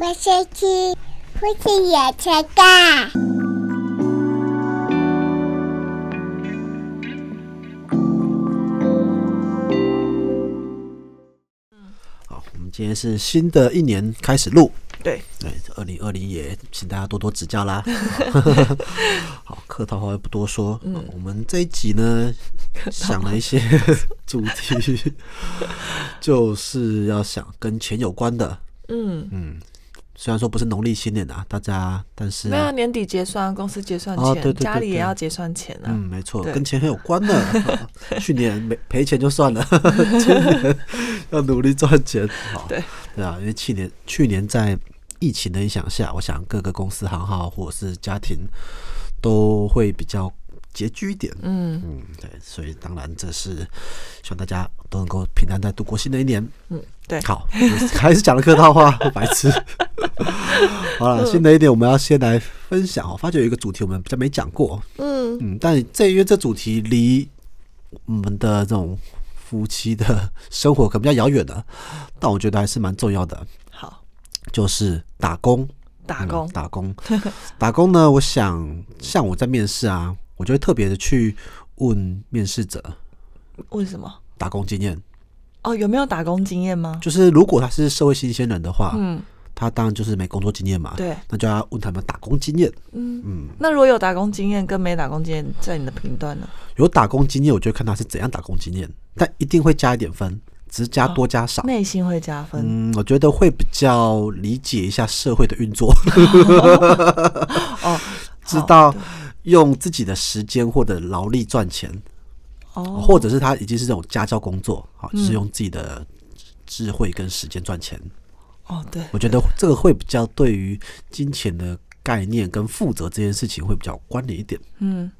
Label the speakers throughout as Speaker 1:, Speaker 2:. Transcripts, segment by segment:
Speaker 1: 我先去，父亲也才干。
Speaker 2: 好，我们今天是新的一年开始录，
Speaker 3: 对，
Speaker 2: 对，啊二零二零也请大家多多指教 啦。好，客套话就不多说。嗯，我们这一集呢，想了一些主题，就是要想跟钱有关的。
Speaker 3: 嗯，
Speaker 2: 虽然说不是农历新年啊，大家，但是
Speaker 3: 没有
Speaker 2: 啊，
Speaker 3: 年底结算，公司结算
Speaker 2: 哦
Speaker 3: 钱，
Speaker 2: 对对对
Speaker 3: 家里也
Speaker 2: 对
Speaker 3: 要结算钱啊。
Speaker 2: 嗯，没错，
Speaker 3: 对
Speaker 2: 跟钱很有关的。 啊去年没赔钱就算了，今年要努力赚钱。好
Speaker 3: 对，
Speaker 2: 对啊，因为去年去年在疫情的影响下，我想各个公司行号或者是家庭都会比较拮据一点。
Speaker 3: 嗯，
Speaker 2: 嗯，对，所以当然这是希望大家都能够平安在度过新的一年。
Speaker 3: 嗯对，
Speaker 2: 好，还是讲了客套话，白 痴。好了，新的一点我们要先来分享哦。发觉有一个主题我们比较没讲过，
Speaker 3: 嗯，
Speaker 2: 嗯，但这因为这主题离我们的这种夫妻的生活可能比较遥远的，但我觉得还是蛮重要的，
Speaker 3: 好，
Speaker 2: 就是打工。
Speaker 3: 打
Speaker 2: 嗯
Speaker 3: 工，
Speaker 2: 打 工，打工呢？我想像我在面试啊，我就会特别的去问面试者
Speaker 3: 为什么？
Speaker 2: 打工经验，
Speaker 3: 哦，有没有打工经验吗？
Speaker 2: 就是如果他是社会新鲜人的话，
Speaker 3: 嗯，
Speaker 2: 他当然就是没工作经验嘛，
Speaker 3: 对，
Speaker 2: 那就要问他们打工经验。
Speaker 3: 那如果有打工经验跟没打工经验，在你的评断呢？
Speaker 2: 有打工经验，我就会看他是怎样打工经验，但一定会加一点分，只是加
Speaker 3: 哦
Speaker 2: 多加少。
Speaker 3: 内心会加分。
Speaker 2: 嗯，我觉得会比较理解一下社会的运 作，
Speaker 3: 哦，
Speaker 2: 知道用自己的时间或者劳力赚钱，
Speaker 3: 哦，嗯
Speaker 2: 或者是他已经是这种家教工作，好，就是用自己的智慧跟时间赚钱。
Speaker 3: 哦，对，
Speaker 2: 我觉得这个会比较对于金钱的概念跟负责这件事情会比较有关联一点。
Speaker 3: 嗯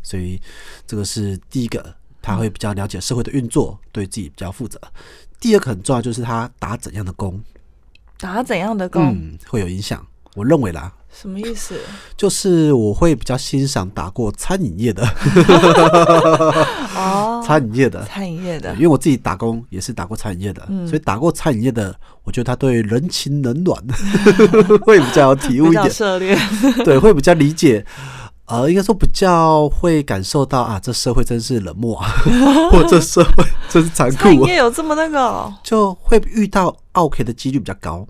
Speaker 2: 所以这个是第一个，他会比较了解社会的运作，对自己比较负责。第二个很重要就是他打怎样的工，
Speaker 3: 打怎样的工？
Speaker 2: 嗯，会有影响。我认为啦，
Speaker 3: 什么意思？
Speaker 2: 就是我会比较欣赏打过餐饮业的嗯
Speaker 3: 哦，
Speaker 2: 餐饮业的，
Speaker 3: 餐饮业嗯的
Speaker 2: 因为我自己打工也是打过餐饮业的，所以打过餐饮业的，我觉得他对人情冷暖
Speaker 3: 嗯
Speaker 2: 会比较有体悟
Speaker 3: 比
Speaker 2: 一
Speaker 3: 较
Speaker 2: 点，
Speaker 3: 涉猎。
Speaker 2: 对，会比较理解。呃，应该说比较会感受到啊，这社会真是冷 漠啊，或这社会真是残
Speaker 3: 餐饮
Speaker 2: 酷啊，
Speaker 3: 业有这么那个哦
Speaker 2: 就会遇到 OK 的几率比较高。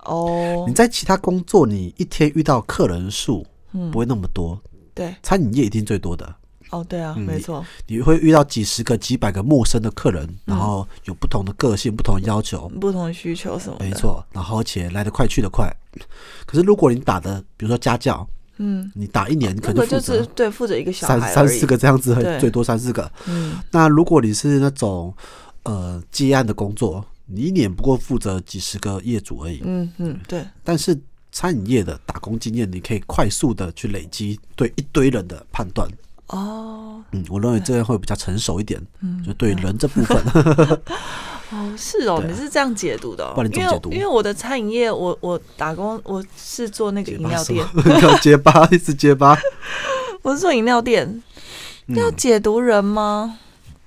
Speaker 3: 哦
Speaker 2: 你，在其他工作，你一天遇到客人数
Speaker 3: 嗯
Speaker 2: 不会那么多，
Speaker 3: 对，
Speaker 2: 餐饮业一定最多的。
Speaker 3: 哦对啊，
Speaker 2: 嗯
Speaker 3: 没错，
Speaker 2: 你会遇到几十个、几百个陌生的客人，
Speaker 3: 嗯
Speaker 2: 然后有不同的个性、不同的要求，
Speaker 3: 不同的需求什么的。
Speaker 2: 没，错。然后而且来得快去得快。可是如果你打的，比如说家教，
Speaker 3: 嗯，
Speaker 2: 你打一年可
Speaker 3: 那
Speaker 2: 能
Speaker 3: 个
Speaker 2: 负
Speaker 3: 就是
Speaker 2: 责
Speaker 3: 对负责一个小孩
Speaker 2: 三三
Speaker 3: 而已
Speaker 2: 四，个这样子，
Speaker 3: 对
Speaker 2: 最多三四个。
Speaker 3: 嗯，
Speaker 2: 那如果你是那种呃接案的工作，你一年不过负责几十个业主而已，
Speaker 3: 嗯嗯，对，
Speaker 2: 但是餐饮业的打工经验，你可以快速的去累积对一堆人的判断。
Speaker 3: 哦
Speaker 2: 嗯，我认为这样会比较成熟一点，
Speaker 3: 嗯
Speaker 2: 就对人这部分，
Speaker 3: 哦，是哦，
Speaker 2: 对啊
Speaker 3: 你是这样解读的哦
Speaker 2: 不然你怎
Speaker 3: 因
Speaker 2: 么
Speaker 3: 为
Speaker 2: 解读
Speaker 3: 因为我的餐饮业，我我打工我是做那个饮料店，
Speaker 2: 要结巴，一直结巴。
Speaker 3: 我是做饮料店，要解读人吗？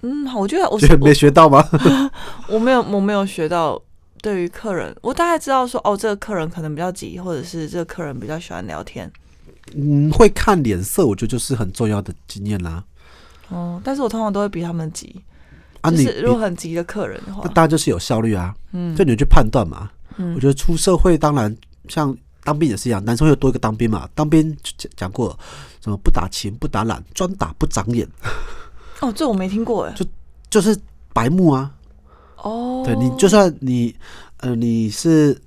Speaker 3: 嗯，我觉得我
Speaker 2: 觉得
Speaker 3: 是
Speaker 2: 没学到吗？
Speaker 3: 我我没有我没有学到对于客人，我大概知道说哦，这个客人可能比较急，或者是这个客人比较喜欢聊天。
Speaker 2: 嗯，会看脸色，我觉得就是很重要的经验啦。
Speaker 3: 哦，但是我通常都会比他们急，
Speaker 2: 啊，
Speaker 3: 就
Speaker 2: 你
Speaker 3: 是如果
Speaker 2: 你
Speaker 3: 很急的客人的话
Speaker 2: 那，当然就是有效率啊，
Speaker 3: 嗯
Speaker 2: 就你去判断嘛。
Speaker 3: 嗯
Speaker 2: 我觉得出社会当然像当兵也是一样，男生会有多一个当兵嘛。当兵就讲讲过什么不打勤不打懒，专打不长眼，
Speaker 3: 哦，这我没听过哎
Speaker 2: 就，就是白目啊。
Speaker 3: 哦，
Speaker 2: 对你，就算你，呃，你是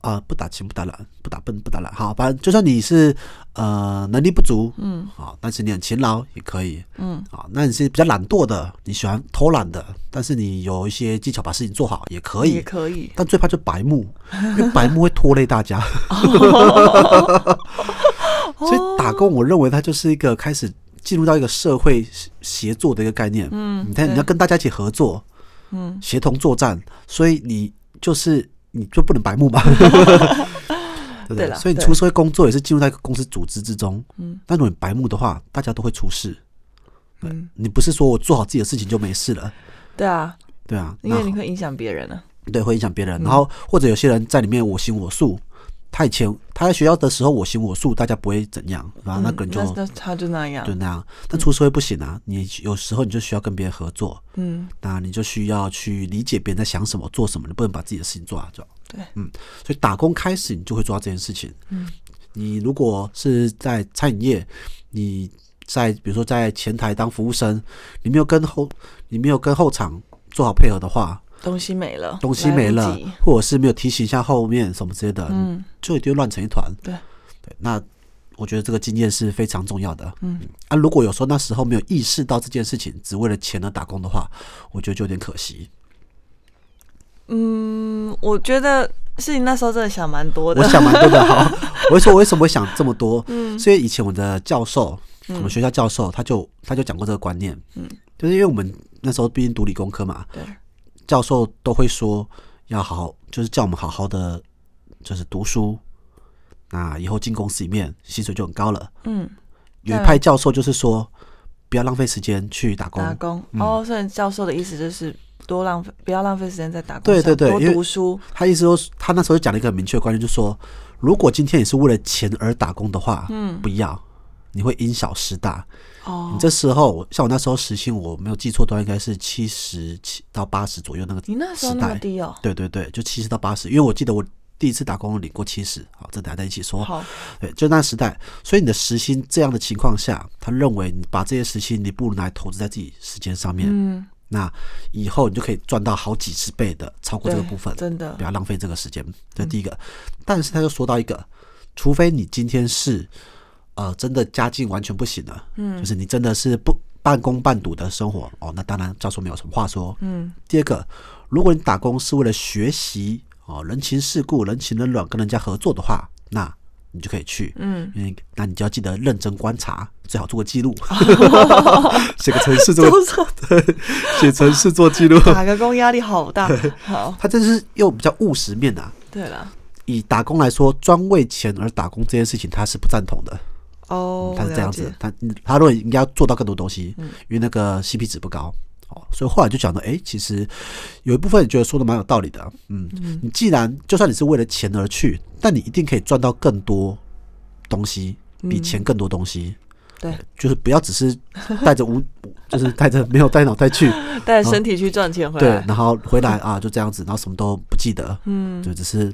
Speaker 2: 啊、不打勤不打懒，不打笨不打懒，好，反正就算你是呃能力不足，
Speaker 3: 嗯
Speaker 2: 好，但是你很勤劳也可以，
Speaker 3: 嗯，
Speaker 2: 好，那你是比较懒惰的，你喜欢偷懒的，但是你有一些技巧把事情做好也可
Speaker 3: 也
Speaker 2: 以，
Speaker 3: 可以，
Speaker 2: 但最怕就白目，因为白目会拖累大 家，所以打工我认为它就是一个开始。进入到一个社会协协作的一个概念，
Speaker 3: 嗯
Speaker 2: 你看你
Speaker 3: 对
Speaker 2: 要跟大家一起合作，
Speaker 3: 嗯
Speaker 2: 协同作战，所以你就是你就不能白 目嘛，对不
Speaker 3: 对
Speaker 2: 对？
Speaker 3: 啦
Speaker 2: 所以你
Speaker 3: 对
Speaker 2: 出社会工作也是进入到一个公司组织之中，
Speaker 3: 嗯
Speaker 2: 但如果你白目的话，大家都会出事。
Speaker 3: 嗯，
Speaker 2: 你不是说我做好自己的事情就没事了，
Speaker 3: 对啊，
Speaker 2: 对啊，
Speaker 3: 因为
Speaker 2: 那
Speaker 3: 你会影响别人啊。
Speaker 2: 对，会影响别人。然后或者有些人在里面我行我素，他以前他在学校的时候我行我素，大家不会怎样，然啊后那个人就、
Speaker 3: 嗯那那他就那样
Speaker 2: 就，那样。但出社会不行啊，你有时候你就需要跟别人合作，
Speaker 3: 嗯，
Speaker 2: 那你就需要去理解别人在想什么、做什么，你不能把自己的事情做好就好。
Speaker 3: 对，
Speaker 2: 嗯，所以打工开始你就会做到这件事情。嗯，你如果是在餐饮业，你在比如说在前台当服务生，你没有跟后你没有跟后场做好配合的话，
Speaker 3: 东西没了，
Speaker 2: 东西没
Speaker 3: 来
Speaker 2: 了
Speaker 3: 不及，
Speaker 2: 或者是没有提醒一下后面什么之类的，
Speaker 3: 嗯，
Speaker 2: 就一定会乱成一团。
Speaker 3: 对
Speaker 2: 对，那我觉得这个经验是非常重要的。
Speaker 3: 嗯
Speaker 2: 啊，如果有时候那时候没有意识到这件事情，只为了钱而打工的话，我觉得就有点可惜。
Speaker 3: 嗯，我觉得是你那时候真的想蛮多
Speaker 2: 我
Speaker 3: 的，嗯
Speaker 2: 想蛮多的 哈，我会说我为什么会想这么多？所以以前我的教授，我们学校教授他就他就讲过这个观念，嗯，就是因为我们那时候毕竟读理工科嘛，
Speaker 3: 对，
Speaker 2: 教授都会说要好好，就是叫我们好好的就是读书，那以后进公司里面薪水就很高了。
Speaker 3: 嗯，
Speaker 2: 有一
Speaker 3: 对
Speaker 2: 派教授就是说，不要浪费时间去打工，嗯
Speaker 3: 打工。哦，所以教授的意思就是多浪费，不要浪费时间在打工
Speaker 2: 对
Speaker 3: 上
Speaker 2: 对对因
Speaker 3: 多
Speaker 2: 为
Speaker 3: 读书。
Speaker 2: 他意思说，他那时候就讲了一个很明确的观念，就说，如果今天你是为了钱而打工的话，嗯，不要，你会因小失大。
Speaker 3: 哦
Speaker 2: 你，这时候，像我那时候时薪，我没有记错的话，应该是七十七到八十左右那个
Speaker 3: 你那时候
Speaker 2: 时
Speaker 3: 那
Speaker 2: 代
Speaker 3: 么低哦，
Speaker 2: 对对对，就七十到八十，因为我记得我第一次打工领过七十，好，这大家在一起说，
Speaker 3: 好，
Speaker 2: 对，就那时代，所以你的时薪这样的情况下，他认为你把这些时薪，你不如拿来投资在自己时间上面，
Speaker 3: 嗯，
Speaker 2: 那以后你就可以赚到好几十倍的，超过
Speaker 3: 对，
Speaker 2: 这个部分，
Speaker 3: 真的
Speaker 2: 不，要浪费这个时间，这
Speaker 3: 嗯
Speaker 2: 是第一个。但是他又说到一个，除非你今天是呃真的家境完全不行了，嗯，就是你真的是不半工半读的生活哦，那当然教授没有什么话说。
Speaker 3: 嗯，
Speaker 2: 第二个，如果你打工是为了学习哦，人情世故、人情冷暖跟人家合作的话，那你就可以去，
Speaker 3: 嗯，
Speaker 2: 因为那你就要记得认真观察，最好做个记 录，写个程式做个，
Speaker 3: 教授
Speaker 2: 写程式做记录。
Speaker 3: 打个工压力好大。好，
Speaker 2: 他这是又比较务实面的、啊，
Speaker 3: 对了，
Speaker 2: 以打工来说，专为钱而打工这件事情，他是不赞同的。
Speaker 3: 哦，
Speaker 2: 嗯他是这样
Speaker 3: 了解嗯
Speaker 2: 子，他他认为应该要做到更多东西，因为那个 CP 值不高。哦，所以后来就讲到，哎、其实有一部分觉得说的蛮有道理的。嗯，你既然就算你是为了钱而去，但你一定可以赚到更多东西，
Speaker 3: 嗯
Speaker 2: 比钱更多东西。
Speaker 3: 对，
Speaker 2: 就是不要只是带着无， 就是带着没有带脑袋去，
Speaker 3: 带着身体去赚钱回
Speaker 2: 对
Speaker 3: 来，。
Speaker 2: 然后回来啊，就这样子，然后什么都不记得，嗯，就只是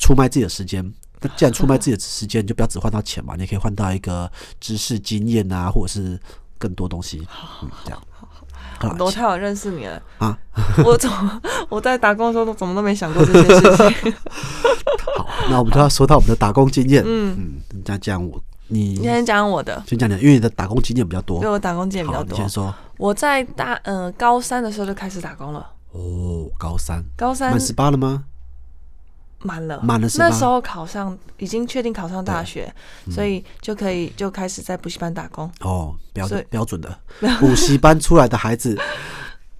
Speaker 2: 出卖自己的时间。那既然出卖自己的时间，你就不要只换到钱嘛，你可以换到一个知识、经验啊，或者是更多东西，嗯，这样。好
Speaker 3: 罗太晚认识你了
Speaker 2: 啊！
Speaker 3: 我怎么我在打工的时候都怎么都没想过这些事情？
Speaker 2: 好，那我们就要说到我们的打工经验。嗯嗯，这样讲我你
Speaker 3: 你先讲我的，
Speaker 2: 先讲讲，因为你的打工经验比较多
Speaker 3: 对，我打工经验比
Speaker 2: 好，
Speaker 3: 较
Speaker 2: 你
Speaker 3: 多
Speaker 2: 先。说。
Speaker 3: 我在大嗯、高三的时候就开始打工了，
Speaker 2: 哦，高三
Speaker 3: 高三
Speaker 2: 满十八了吗？
Speaker 3: 满了，
Speaker 2: 满了18
Speaker 3: 那时候考上，已经确定考上大学，
Speaker 2: 嗯
Speaker 3: 所以就可以就开始在补习班 打工。
Speaker 2: 哦，标
Speaker 3: 所以
Speaker 2: 准标准 的补习班出来的孩子，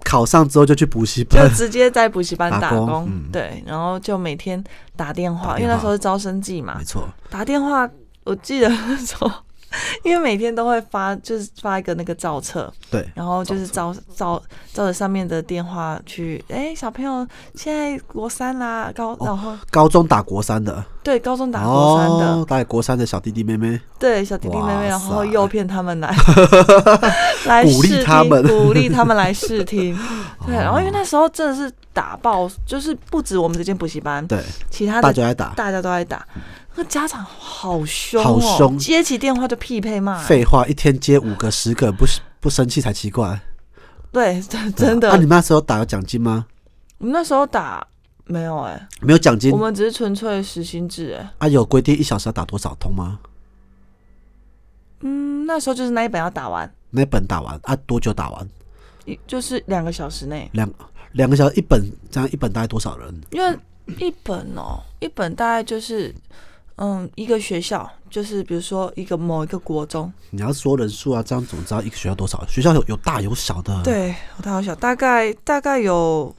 Speaker 2: 考上之后就去补习
Speaker 3: 就
Speaker 2: 班。
Speaker 3: 直接在补习班打
Speaker 2: 打工嗯
Speaker 3: 对，然后就每天打电话，
Speaker 2: 打电话
Speaker 3: 因为那时候是招生季嘛
Speaker 2: 没，错，
Speaker 3: 打电话。我记得那时候， 因为每天都会发，就是发一个那个造册，
Speaker 2: 对，
Speaker 3: 然后就是照照照着上面的电话去，哎、小朋友现在国三啦，高，
Speaker 2: 哦
Speaker 3: 然后
Speaker 2: 高中打国三的，
Speaker 3: 对高中打国三的，
Speaker 2: 哦、打给国三的小弟弟妹妹，
Speaker 3: 对小弟弟妹
Speaker 2: 哇
Speaker 3: 妹，
Speaker 2: 塞
Speaker 3: 然后诱骗 他们来来
Speaker 2: 鼓励
Speaker 3: 试
Speaker 2: 他
Speaker 3: 听
Speaker 2: 们哦
Speaker 3: 鼓励他们来 试听。对，然后因为那时候真的是打爆，就是不止我们这间补习班，
Speaker 2: 对，
Speaker 3: 其他
Speaker 2: 大
Speaker 3: 的
Speaker 2: 家来打。
Speaker 3: 大家都在打。那个家长好凶
Speaker 2: 好
Speaker 3: 哦，
Speaker 2: 凶
Speaker 3: 接起电话就匹配骂、
Speaker 2: 废话，一天接五个、十个，不不生气才奇怪。
Speaker 3: 对，真真的，
Speaker 2: 那、啊、你们那时候打有奖金吗？
Speaker 3: 我们那时候打没有哎、
Speaker 2: 没有奖金
Speaker 3: 我们只是纯粹实薪制哎、
Speaker 2: 啊？有规定一小时要打多少通吗？
Speaker 3: 嗯，那时候就是那一本要打完，
Speaker 2: 那一本打完啊，多久打完？
Speaker 3: 一就是两个小时内，
Speaker 2: 两两个小时一本，这样一本大概多少人？
Speaker 3: 因为一本哦，一本大概就是，嗯，一个学校，就是比如说一个某一个国中，
Speaker 2: 你要说人数啊，这样总知道一个学校多少？学校有有大有小的，，
Speaker 3: 对我大好小，大概大概有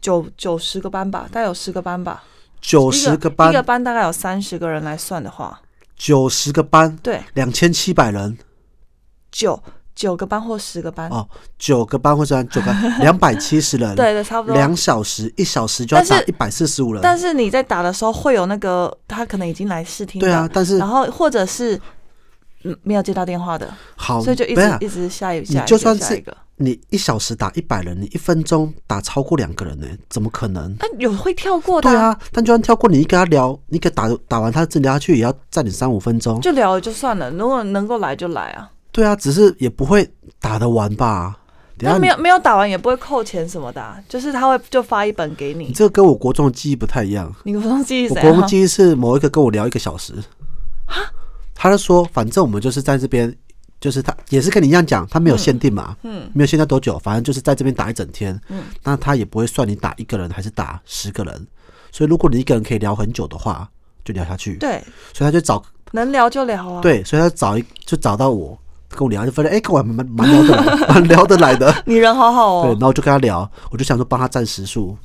Speaker 3: 九九十个班吧，大概有十个班吧，
Speaker 2: 九
Speaker 3: 一
Speaker 2: 十个班
Speaker 3: 一个，班大概有三十个人来算的话，
Speaker 2: 九十个班，
Speaker 3: 对，
Speaker 2: 两千七百人，
Speaker 3: 九九个班或十个班，
Speaker 2: 哦，九个班或者九个两百七十人，
Speaker 3: 对对，差不多。
Speaker 2: 两小时，一小时就要打
Speaker 3: 但是
Speaker 2: 一百四十五人。
Speaker 3: 但是你在打的时候会有那个他可能已经来试听
Speaker 2: 对啊
Speaker 3: 了，，
Speaker 2: 但是
Speaker 3: 然后或者是嗯没有接到电话的，
Speaker 2: 好，
Speaker 3: 所以就一
Speaker 2: 不是
Speaker 3: 直
Speaker 2: 啊
Speaker 3: 一直下一下一个
Speaker 2: 就算
Speaker 3: 下
Speaker 2: 是
Speaker 3: 一个，
Speaker 2: 你一小时打一百人，你一分钟打超过两个人呢、怎么可能？
Speaker 3: 啊有会跳过的
Speaker 2: 对，啊，但就算跳过，你一跟他聊，你给打打完他真的聊下去，也要占你三五分钟。
Speaker 3: 就聊了就算了，如果能够来就来啊，
Speaker 2: 对啊，只是也不会打得完吧？等下
Speaker 3: 但没
Speaker 2: 你
Speaker 3: 有没有打完也不会扣钱什么的啊，就是他会就发一本给
Speaker 2: 你
Speaker 3: 你。
Speaker 2: 这个跟我国中的记忆不太一样。
Speaker 3: 你忘
Speaker 2: 我
Speaker 3: 记是谁
Speaker 2: 国中
Speaker 3: 啊？
Speaker 2: 记忆是某一个跟我聊一个小时，他就说反正我们就是在这边，就是他也是跟你一样讲，他没有限定嘛，嗯，没有限定多久，反正就是在这边打一整天，嗯，那他也不会算你打一个人还是打十个人，所以如果你一个人可以聊很久的话，就聊下去，
Speaker 3: 对，
Speaker 2: 所以他就找
Speaker 3: 能聊就聊啊。，
Speaker 2: 对，所以他找一就找到我跟我聊，就发现哎，跟我还蛮蛮聊得来，蛮聊得来的，
Speaker 3: 你人好好
Speaker 2: 对，然
Speaker 3: 哦。
Speaker 2: 后我就跟他聊，我就想说帮他占时数，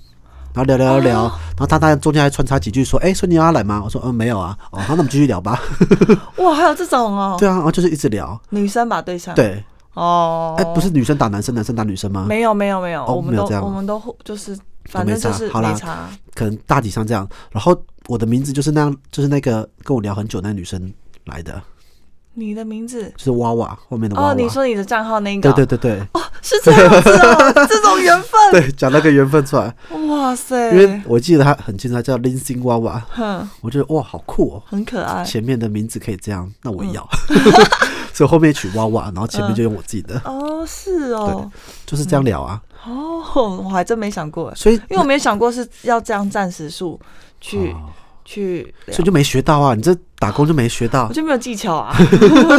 Speaker 2: 然后聊聊聊聊，
Speaker 3: 哦
Speaker 2: 然后他当然中间还穿插几句说，哎、说你要来吗？我说嗯没有啊，哦，好那我们继 续聊吧。
Speaker 3: 哇，还有这种哦。
Speaker 2: 对啊，然后就是一直聊，
Speaker 3: 女生吧，对象。。
Speaker 2: 对，
Speaker 3: 哦。
Speaker 2: 哎、不是女生打男生，男生打女生吗？
Speaker 3: 没有没有没有，
Speaker 2: 哦
Speaker 3: 我们
Speaker 2: 没有
Speaker 3: 都
Speaker 2: 这样哦
Speaker 3: 我们都互就是反正
Speaker 2: 没差
Speaker 3: 就是
Speaker 2: 好啦
Speaker 3: 没差。啊
Speaker 2: 可能大体上这样。然后我的名字就是那样，就是那个跟我聊很久那个女生来的，
Speaker 3: 你的名字
Speaker 2: 就是娃娃后面的娃娃。
Speaker 3: 哦，你说你的账号那个
Speaker 2: 对
Speaker 3: 哦
Speaker 2: 对对对
Speaker 3: 是这样子哦，这种缘分。
Speaker 2: 对，讲那个缘分出来，
Speaker 3: 哇塞
Speaker 2: 因，为我记得他很清楚，他叫林星娃娃，
Speaker 3: 哼，
Speaker 2: 我觉得哇好酷哦，
Speaker 3: 很可爱
Speaker 2: 前面的名字可以这样，那我要，
Speaker 3: 嗯
Speaker 2: 所以后面取娃娃，然后前面就用我自己的，
Speaker 3: 哦，是哦，
Speaker 2: 就是这样聊啊。
Speaker 3: 哦，我还真没想过哎，
Speaker 2: 所以，
Speaker 3: 因为我没有想过是要这样暂时数去
Speaker 2: 哦
Speaker 3: 去聊
Speaker 2: 所以就没学到啊，你这打工就没学到
Speaker 3: 我。就没有技巧啊，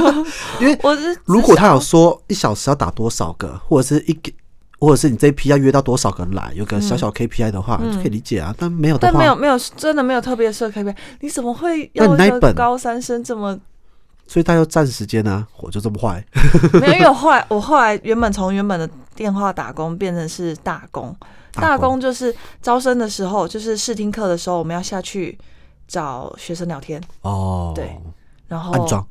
Speaker 2: 因为
Speaker 3: 我是
Speaker 2: 如果他有说一小时要打多少个，或者是一个，或者是你这一批要约到多少个人来，有个小小 KPI 的话，就可以理解啊。但没有的
Speaker 3: 嗯但没有
Speaker 2: 话，
Speaker 3: 没有真的没有特别设 KPI，你怎么会
Speaker 2: 那你
Speaker 3: 要
Speaker 2: 那一
Speaker 3: 一个
Speaker 2: 本
Speaker 3: 高三生这么
Speaker 2: 所以他就占时间啊，我就这么坏。
Speaker 3: 没有？因为我后来我后来原本从原本的电话打工变成是大工，
Speaker 2: 打
Speaker 3: 大
Speaker 2: 工
Speaker 3: 工就是招生的时候，就是试听课的时候，我们要下去找学生聊天，
Speaker 2: 哦，
Speaker 3: 对，然后
Speaker 2: 暗装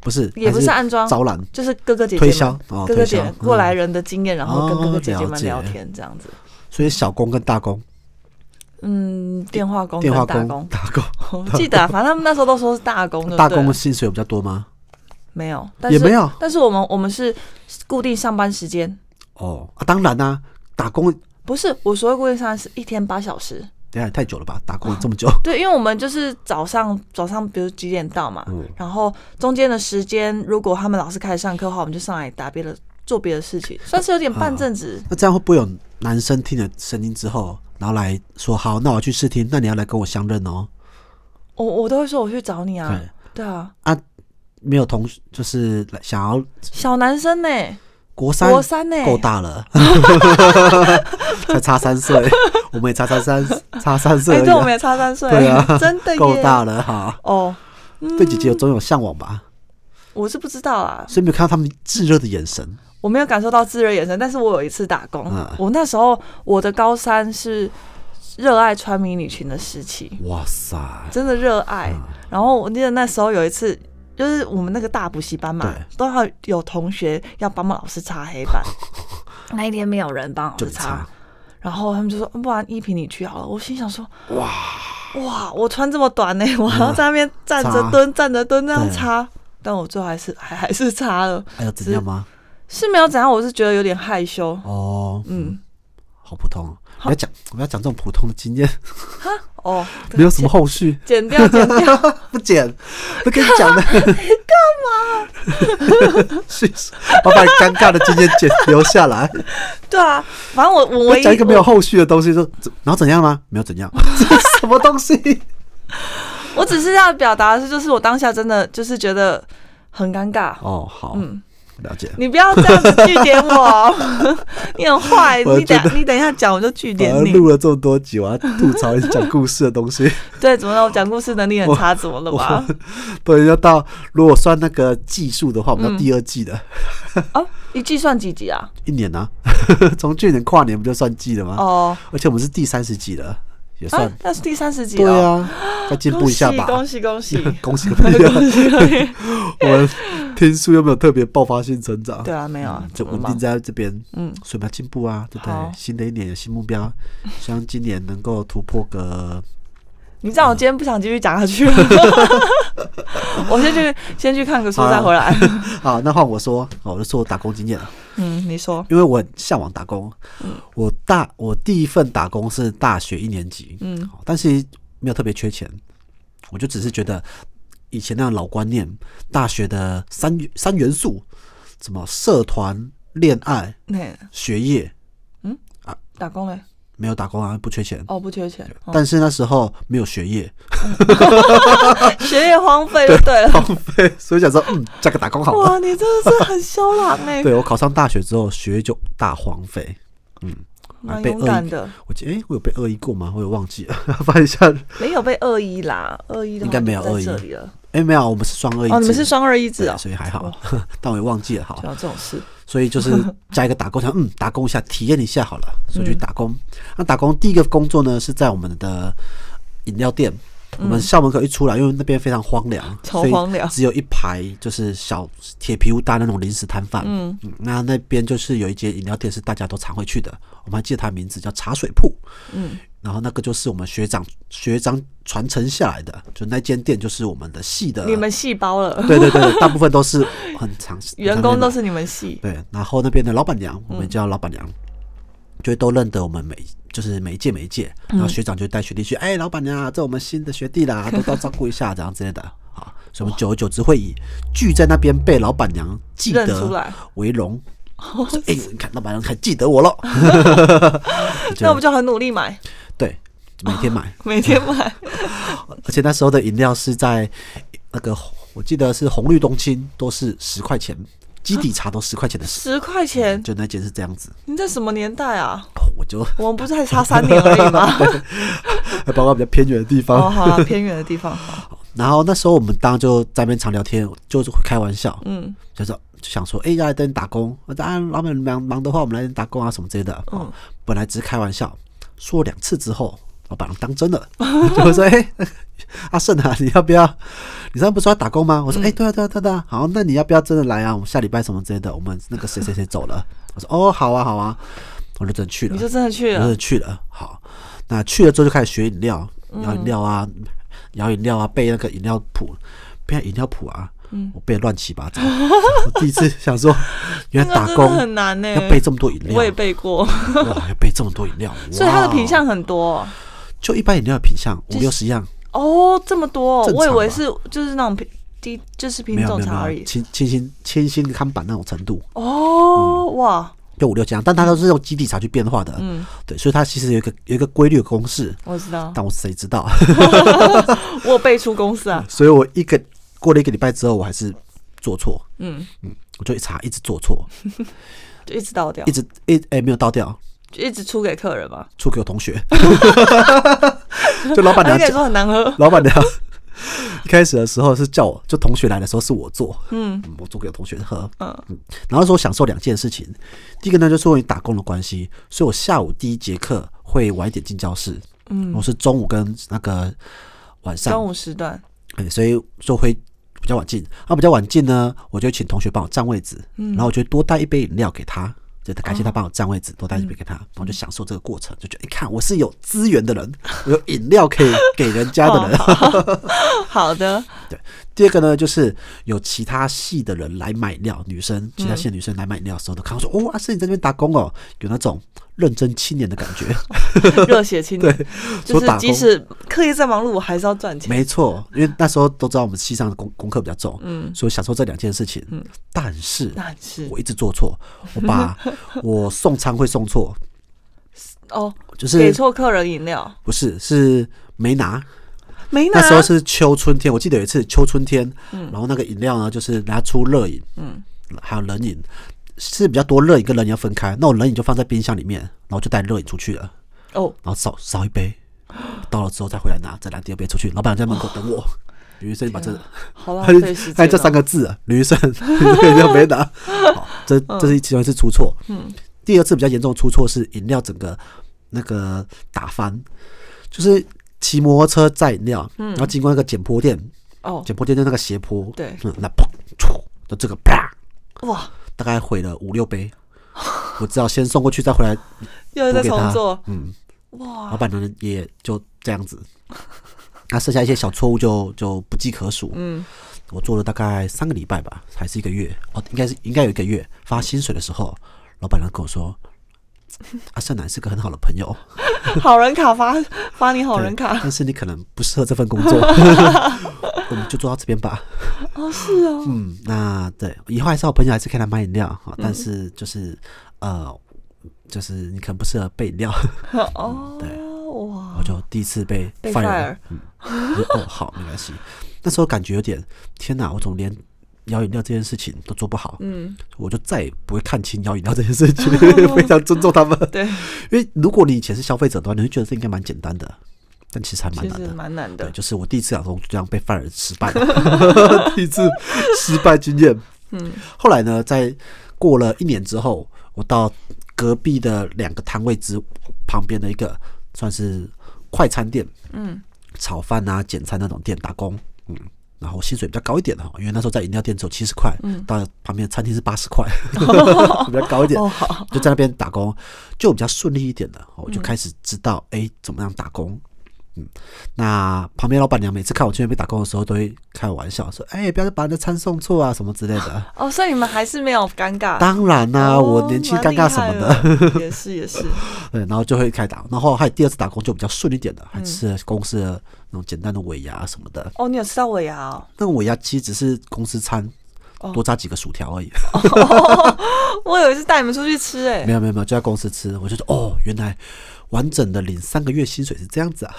Speaker 2: 不是，
Speaker 3: 也不是
Speaker 2: 还
Speaker 3: 暗装，
Speaker 2: 招揽
Speaker 3: 就是哥哥姐姐
Speaker 2: 推
Speaker 3: 们
Speaker 2: 销哦，
Speaker 3: 哥哥
Speaker 2: 推
Speaker 3: 姐
Speaker 2: 销
Speaker 3: 姐过来
Speaker 2: 嗯
Speaker 3: 人的经验，然后跟哥
Speaker 2: 哦
Speaker 3: 哥姐姐
Speaker 2: 了
Speaker 3: 们
Speaker 2: 解
Speaker 3: 聊天这样子。
Speaker 2: 所以小工跟大工，
Speaker 3: 嗯，电话工
Speaker 2: 电
Speaker 3: 跟
Speaker 2: 话
Speaker 3: 大
Speaker 2: 工
Speaker 3: 工，
Speaker 2: 打工，
Speaker 3: 我记得啊、反正他们那时候都说是大工，对不对
Speaker 2: 大工薪水比较多吗？
Speaker 3: 没有，但
Speaker 2: 也
Speaker 3: 是
Speaker 2: 没有
Speaker 3: 但是我们我们是固定上班时间，
Speaker 2: 哦，啊，当然啦、打工
Speaker 3: 不是我所谓固定上班是一天八小时。
Speaker 2: 等一下也太久了吧？打工了这么 久，
Speaker 3: 对，因为我们就是早上早上，比如几点到嘛，
Speaker 2: 嗯
Speaker 3: 然后中间的时间，如果他们老师开始上课的话，我们就上来打别的做别的事情，算是有点
Speaker 2: 啊
Speaker 3: 半正职。
Speaker 2: 那这样会不会有男生听了声音之后，然后来说好，那我去试听，那你要来跟我相认哦？
Speaker 3: 我我都会说我去找你啊
Speaker 2: 对，
Speaker 3: 对啊，
Speaker 2: 没有同学就是来想要
Speaker 3: 小男生呢、
Speaker 2: 国三
Speaker 3: 国三呢、
Speaker 2: 够大 了，才差三岁，我们也差差三差三岁
Speaker 3: 哎、
Speaker 2: 而已
Speaker 3: 对，我
Speaker 2: 啊、
Speaker 3: 们也差三岁，
Speaker 2: 对啊
Speaker 3: 真的 耶
Speaker 2: 够大了哈。
Speaker 3: 哦。
Speaker 2: 对姐姐有总有向往吧，
Speaker 3: 我是不知道啊，
Speaker 2: 所以没有看到他们炙热的眼神。
Speaker 3: 我没有感受到炙热眼神，但是我有一次打工，
Speaker 2: 嗯
Speaker 3: 我那时候我的高三是热爱穿迷你裙的时期，
Speaker 2: 哇塞，
Speaker 3: 真的热爱。
Speaker 2: 嗯
Speaker 3: 然后我记得那时候有一次，就是我们那个大补习班嘛，
Speaker 2: 对
Speaker 3: 都要有同学要帮忙老师擦 黑板，那一天没有人帮老
Speaker 2: 就
Speaker 3: 师
Speaker 2: 你差
Speaker 3: 擦，然后他们就说，嗯不然依萍你去好了。我心想说，哇哇，我穿这么短呢、我还要在那边站
Speaker 2: 嗯擦
Speaker 3: 着蹲、站着蹲那样
Speaker 2: 对
Speaker 3: 擦，但我最后还是还还是擦了，
Speaker 2: 还有怎样吗？
Speaker 3: 是没有怎样，我是觉得有点害羞。
Speaker 2: 哦，
Speaker 3: 嗯，
Speaker 2: 好普通、哦。不要讲，不要讲这种普通的经验，
Speaker 3: 哦，
Speaker 2: 没有什么后续，
Speaker 3: 剪掉剪掉，
Speaker 2: 不剪，不 跟你讲的。干嘛？ 是，我把你尴尬的经验剪留下来。
Speaker 3: 对啊，反正我我
Speaker 2: 我
Speaker 3: 唯一
Speaker 2: 讲一个没有
Speaker 3: 我
Speaker 2: 后续的东西，说怎然后怎样吗？没有怎样， 这是什么东 西？
Speaker 3: 我只是要表达的是，就是我当下真的就是觉得很尴尬。
Speaker 2: 哦，好，了解。
Speaker 3: 你不要这样子据点我， 你很坏。
Speaker 2: 我
Speaker 3: 你等
Speaker 2: 觉得
Speaker 3: 你等一下讲，我就据点
Speaker 2: 反正
Speaker 3: 你。
Speaker 2: 录了这么多集，我要吐槽一下讲故事的东西。
Speaker 3: 对，怎么了？我讲故事能力很差，怎么了吧？
Speaker 2: 对，要到如果算那个技术的话，我们到第二季的、
Speaker 3: 哦，你计算几集啊？
Speaker 2: 一年啊， 从去年跨年不就算季了吗？
Speaker 3: 哦，
Speaker 2: 而且我们是第三十集了，也算。
Speaker 3: 啊，那是第三十集
Speaker 2: 对
Speaker 3: 哦。
Speaker 2: 啊，再进
Speaker 3: 恭
Speaker 2: 步一
Speaker 3: 喜
Speaker 2: 下吧。
Speaker 3: 恭喜恭喜！
Speaker 2: 恭喜个屁啊！我们天数又没有特别爆发性成长，
Speaker 3: 对啊，没有啊
Speaker 2: 嗯，就
Speaker 3: 怎么
Speaker 2: 稳
Speaker 3: 了
Speaker 2: 定
Speaker 3: 吗？
Speaker 2: 在这边，
Speaker 3: 嗯，
Speaker 2: 所以我们要进步啊，对不
Speaker 3: 好
Speaker 2: 对？新的一年有新目标，希望今年能够突破个
Speaker 3: 你知道我今天不想继续讲下 去了，我先去先去看个书再回来。
Speaker 2: 啊。那换我说，好，我就说我打工经验了，
Speaker 3: 嗯，你说，
Speaker 2: 因为我很向往打工。
Speaker 3: 嗯
Speaker 2: 我大我第一份打工是大学一年级，
Speaker 3: 嗯
Speaker 2: 好，但是没有特别缺钱，我就只是觉得以前那样老观念，大学的三元三元素，什么社团、恋爱、
Speaker 3: 那
Speaker 2: 学业，
Speaker 3: 打工嘞？
Speaker 2: 没有打工啊，不缺钱。
Speaker 3: 哦，不缺钱，哦
Speaker 2: 但是那时候没有学业
Speaker 3: 学业荒废就对了。
Speaker 2: 荒废，所以想说， 嗯，加个打工好了。
Speaker 3: 哦哇，你真的是很肖朗 哎，
Speaker 2: 对我考上大学之后，学业就大荒废。
Speaker 3: 蛮
Speaker 2: 啊被
Speaker 3: 勇
Speaker 2: 恶
Speaker 3: 敢
Speaker 2: 意
Speaker 3: 的，
Speaker 2: 我记，哎、我有被恶意过吗？我有忘记 了，翻一下。
Speaker 3: 没有被恶意啦，恶意的话
Speaker 2: 应该没有
Speaker 3: 就在
Speaker 2: 恶意
Speaker 3: 这里了。
Speaker 2: 哎、没有，我们是双恶意制。
Speaker 3: 哦，你们是双二一制
Speaker 2: 对
Speaker 3: 哦，
Speaker 2: 所以还好
Speaker 3: 哇。
Speaker 2: 但我也忘记了，好
Speaker 3: 就，要这种事。
Speaker 2: 所以就是 加一个打工，想嗯，打工一下，体验一下好了，所以
Speaker 3: 嗯
Speaker 2: 就去打工。那打工第一个工作呢，是在我们的饮料店。我们校门口一出来，因为那边非常荒凉，
Speaker 3: 嗯超
Speaker 2: 所以
Speaker 3: 荒凉
Speaker 2: 只有一排就是小铁皮屋搭那种临时摊贩。
Speaker 3: 嗯
Speaker 2: 嗯，那那边就是有一间饮料店是大家都常会去的，我们还记得它的名字叫茶水铺。
Speaker 3: 嗯，
Speaker 2: 然后那个就是我们学长学长传承下来的，就那间店就是我们的系的。
Speaker 3: 你们细胞了，
Speaker 2: 对对对，大部分都是很常
Speaker 3: 员工都是你们系。
Speaker 2: 对，然后那边的老板娘，我
Speaker 3: 嗯
Speaker 2: 们叫老板娘，就会都认得我们每就是每一届每一届，
Speaker 3: 嗯
Speaker 2: 然后学长就带学弟去，哎、老板娘啊，这我们新的学弟啦， 都到照顾一下，这样之类的。好，所以我们久而久之会以聚在那边被老板娘记
Speaker 3: 认出来
Speaker 2: 得为 荣。说哎、你看老板娘还记得我了，就
Speaker 3: 那我们就很努力买，
Speaker 2: 对，每天 买，
Speaker 3: 每天 买。哦
Speaker 2: 而且那时候的饮料是在那个我记得是红绿冬青都是十块钱，基底茶都十块钱的事，
Speaker 3: 十块钱，
Speaker 2: 就那间是这样子，
Speaker 3: 你在什么年 代啊？
Speaker 2: 我就。
Speaker 3: 我们不是还差三年而已吗？
Speaker 2: 还包括比较偏远的地
Speaker 3: 哦，
Speaker 2: 方。
Speaker 3: 好了，偏远的地方，好
Speaker 2: 然后那时候我们当然就在那边常聊天，就是会开玩笑，
Speaker 3: 嗯，
Speaker 2: 就说就想说，哎、要来这边打工，我说啊，老板忙忙的话，我们来这边打工啊什么之类的。哦
Speaker 3: 嗯
Speaker 2: 本来只是开玩笑，说两次之后，老板当真了，就会说，哎、阿胜啊，你要不要？你上次不是说要打工吗？我说，哎、对啊，对啊，对啊对啊，好，那你要不要真的来啊？我们下礼拜什么之类的，我们那个谁谁谁走了。我说，哦，好啊，好啊，我就真的去了
Speaker 3: 你。就真的去
Speaker 2: 我
Speaker 3: 了
Speaker 2: 就，去了。好，那去了之后就开始学饮料，
Speaker 3: 嗯
Speaker 2: 摇饮料啊，摇饮料啊，背那个饮料谱，背饮料谱啊，
Speaker 3: 嗯
Speaker 2: 我背得乱七八糟。我第一次想说，原
Speaker 3: 那
Speaker 2: 来
Speaker 3: 个
Speaker 2: 打
Speaker 3: 真的
Speaker 2: 工
Speaker 3: 很难呢。
Speaker 2: 要背这么多饮料
Speaker 3: 我，也背过，
Speaker 2: 哇，要背这么多饮料，
Speaker 3: 所以它的
Speaker 2: 哇
Speaker 3: 品相很多
Speaker 2: 就一般饮料的品相五六十样，
Speaker 3: 哦，这么多，
Speaker 2: 正常吧
Speaker 3: 我以为是就是那种品低，就是
Speaker 2: 没
Speaker 3: 品
Speaker 2: 有
Speaker 3: 种
Speaker 2: 没有
Speaker 3: 茶而
Speaker 2: 没有，
Speaker 3: 已。
Speaker 2: 清清新清新看板那种程度，
Speaker 3: 哦，哇，
Speaker 2: 就五六样，但它都是用基底茶去变化的，
Speaker 3: 嗯，
Speaker 2: 对，所以它其实有一个有一个规律的公式，
Speaker 3: 我知道，
Speaker 2: 但我谁知道？
Speaker 3: 我有背出公司啊，
Speaker 2: 所以我一个过了一个礼拜之后，我还是做错，
Speaker 3: 嗯，
Speaker 2: 我就一查一直做错，
Speaker 3: 就一直倒掉
Speaker 2: 一，直一哎、没有倒掉，
Speaker 3: 就一直出给客人嘛。
Speaker 2: 出给我同学，就老板
Speaker 3: 他
Speaker 2: 娘
Speaker 3: 跟你
Speaker 2: 叫
Speaker 3: 说很难喝，
Speaker 2: 老板娘 一开始的时候是叫我，就同学来的时候是我做，嗯，我做给我同学喝，
Speaker 3: 嗯
Speaker 2: 嗯，然后说享受两件事情，第一个呢就是因为打工的关系，所以我下午第一节课会晚一点进教室，嗯，我是中午跟那个晚上
Speaker 3: 中午时段，
Speaker 2: 嗯，所以就会比较晚进。那、比较晚进呢，我就请同学帮我占位置，
Speaker 3: 嗯
Speaker 2: 然后我就多带一杯饮料给他，就感
Speaker 3: 哦
Speaker 2: 谢他帮我占位置，多带一杯给他，
Speaker 3: 嗯
Speaker 2: 然后就享受这个过程，就觉得你、哎看我是有资源的人，我有饮料 可以给人家的人。
Speaker 3: 哦 好的，
Speaker 2: 第二个呢，就是有其他系的人来买饮料，女生，
Speaker 3: 嗯
Speaker 2: 其他系的女生来买饮料的时候，都看我说，哦，阿、胜你在那边打工哦，有那种认真青年的感觉。
Speaker 3: 热血青年， 就
Speaker 2: 说打
Speaker 3: 是
Speaker 2: 工
Speaker 3: 即使刻意再忙碌，我还是要赚钱。
Speaker 2: 没错，因为那时候都知道我们系上的功功课比较重，嗯，所以享受这两件事情。嗯，但是
Speaker 3: 但是
Speaker 2: 我一直做错，我把 我送餐会送错，
Speaker 3: 哦，
Speaker 2: 就是
Speaker 3: 给错客人饮料，
Speaker 2: 不是是没拿。
Speaker 3: 没拿。
Speaker 2: 那时候是秋春天，我记得有一次秋春天，然后那个饮料呢，就是拿出热饮，嗯，还有冷饮，是比较多热饮跟冷饮要分开。那我冷饮就放在冰箱里面，然后就带热饮出去了，
Speaker 3: 哦，
Speaker 2: 然后少少一杯，到了之后再回来拿，再拿第二杯出去。老板娘在门口 等我，吕医生把这
Speaker 3: 好浪
Speaker 2: 他就
Speaker 3: 费时
Speaker 2: 他
Speaker 3: 间
Speaker 2: 就这三
Speaker 3: 了。
Speaker 2: 个字啊，吕 胜，吕胜没拿。好，这这是其中一次出错。嗯，第二次比较严重的出错是饮料整个那个打翻，就是骑摩托车载饮料，然后经过那个捡坡店，
Speaker 3: 哦，
Speaker 2: 捡坡店就那个斜坡，
Speaker 3: 对
Speaker 2: 嗯，那砰，戳就这个啪，
Speaker 3: 哇，
Speaker 2: 大概毁了五六杯。我只好先送过去，再回来
Speaker 3: 又
Speaker 2: 补
Speaker 3: 在
Speaker 2: 给
Speaker 3: 重
Speaker 2: 他
Speaker 3: 做。，
Speaker 2: 嗯，老
Speaker 3: 哇，
Speaker 2: 板娘也就这样子， 那剩下一些小错误就就不计可数。
Speaker 3: 嗯，
Speaker 2: 我做了大概三个礼拜吧，还是一个月哦，应该是应该有一个月发薪水的时候，老板娘跟我说，阿善男是个很好的朋友，
Speaker 3: 好人卡发发你好人
Speaker 2: 对
Speaker 3: 卡
Speaker 2: 但是你可能不适合这份工 作， 我们就做到这边吧。
Speaker 3: 哦，是哦，嗯
Speaker 2: 嗯，那对，以后还是好朋友，还是可以来买饮料哈，但是就是、呃，就是你可能不适合备饮料，
Speaker 3: 哦，哇
Speaker 2: 我，就第一次被
Speaker 3: 被
Speaker 2: fire 了
Speaker 3: fire
Speaker 2: 嗯，我就哦好没关系，那时候感觉有点天哪，我总连摇饮料这件事情都做不好，
Speaker 3: 嗯，
Speaker 2: 我就再也不会看清摇饮料这件事情，非常尊重他们。
Speaker 3: 对，
Speaker 2: 因为如果你以前是消费者的话，你会觉得这应该蛮简单的，但其实还蛮
Speaker 3: 其
Speaker 2: 难
Speaker 3: 实
Speaker 2: 的。
Speaker 3: 蛮难
Speaker 2: 对，
Speaker 3: 的，
Speaker 2: 就是我第一次养成就这样被犯人失败了， 第一次失败经验。
Speaker 3: 嗯，
Speaker 2: 后来呢，在过了一年之后，我到隔壁的两个摊位之旁边的一个算是快餐店，
Speaker 3: 嗯，
Speaker 2: 炒饭啊、简餐那种店打工，嗯。然后薪水比较高一点的，因为那时候在饮料店只有七十块，
Speaker 3: 嗯
Speaker 2: 到旁边的餐厅是八十 块，比较高一点。
Speaker 3: 哦，好，
Speaker 2: 就在那边打工，就比较顺利一点了。哦
Speaker 3: 嗯
Speaker 2: 我就开始知道，哎、怎么样打工。嗯，那旁边老板娘每次看我去那边打工的时候，都会开我玩笑说：“哎、不要把你的餐送错啊，什么之类 的。
Speaker 3: 哦，所以你们还是没有尴尬。
Speaker 2: 当然啦、
Speaker 3: 哦
Speaker 2: 我年轻尴尬什么的，
Speaker 3: 蛮厉害的也是也是，
Speaker 2: 对，然后就会开始打。然后还有第二次打工就比较顺一点的，
Speaker 3: 嗯
Speaker 2: 还吃了公司的那种简单的尾牙什么的。
Speaker 3: 哦，你有吃到尾牙哦，
Speaker 2: 那个尾牙其实只是公司餐
Speaker 3: 哦。
Speaker 2: 多加几个薯条而已，
Speaker 3: 我以为是带你们出去吃哎、
Speaker 2: 没有没有没有，就在公司吃。我就说哦，原来完整的领三个月薪水是这样子啊。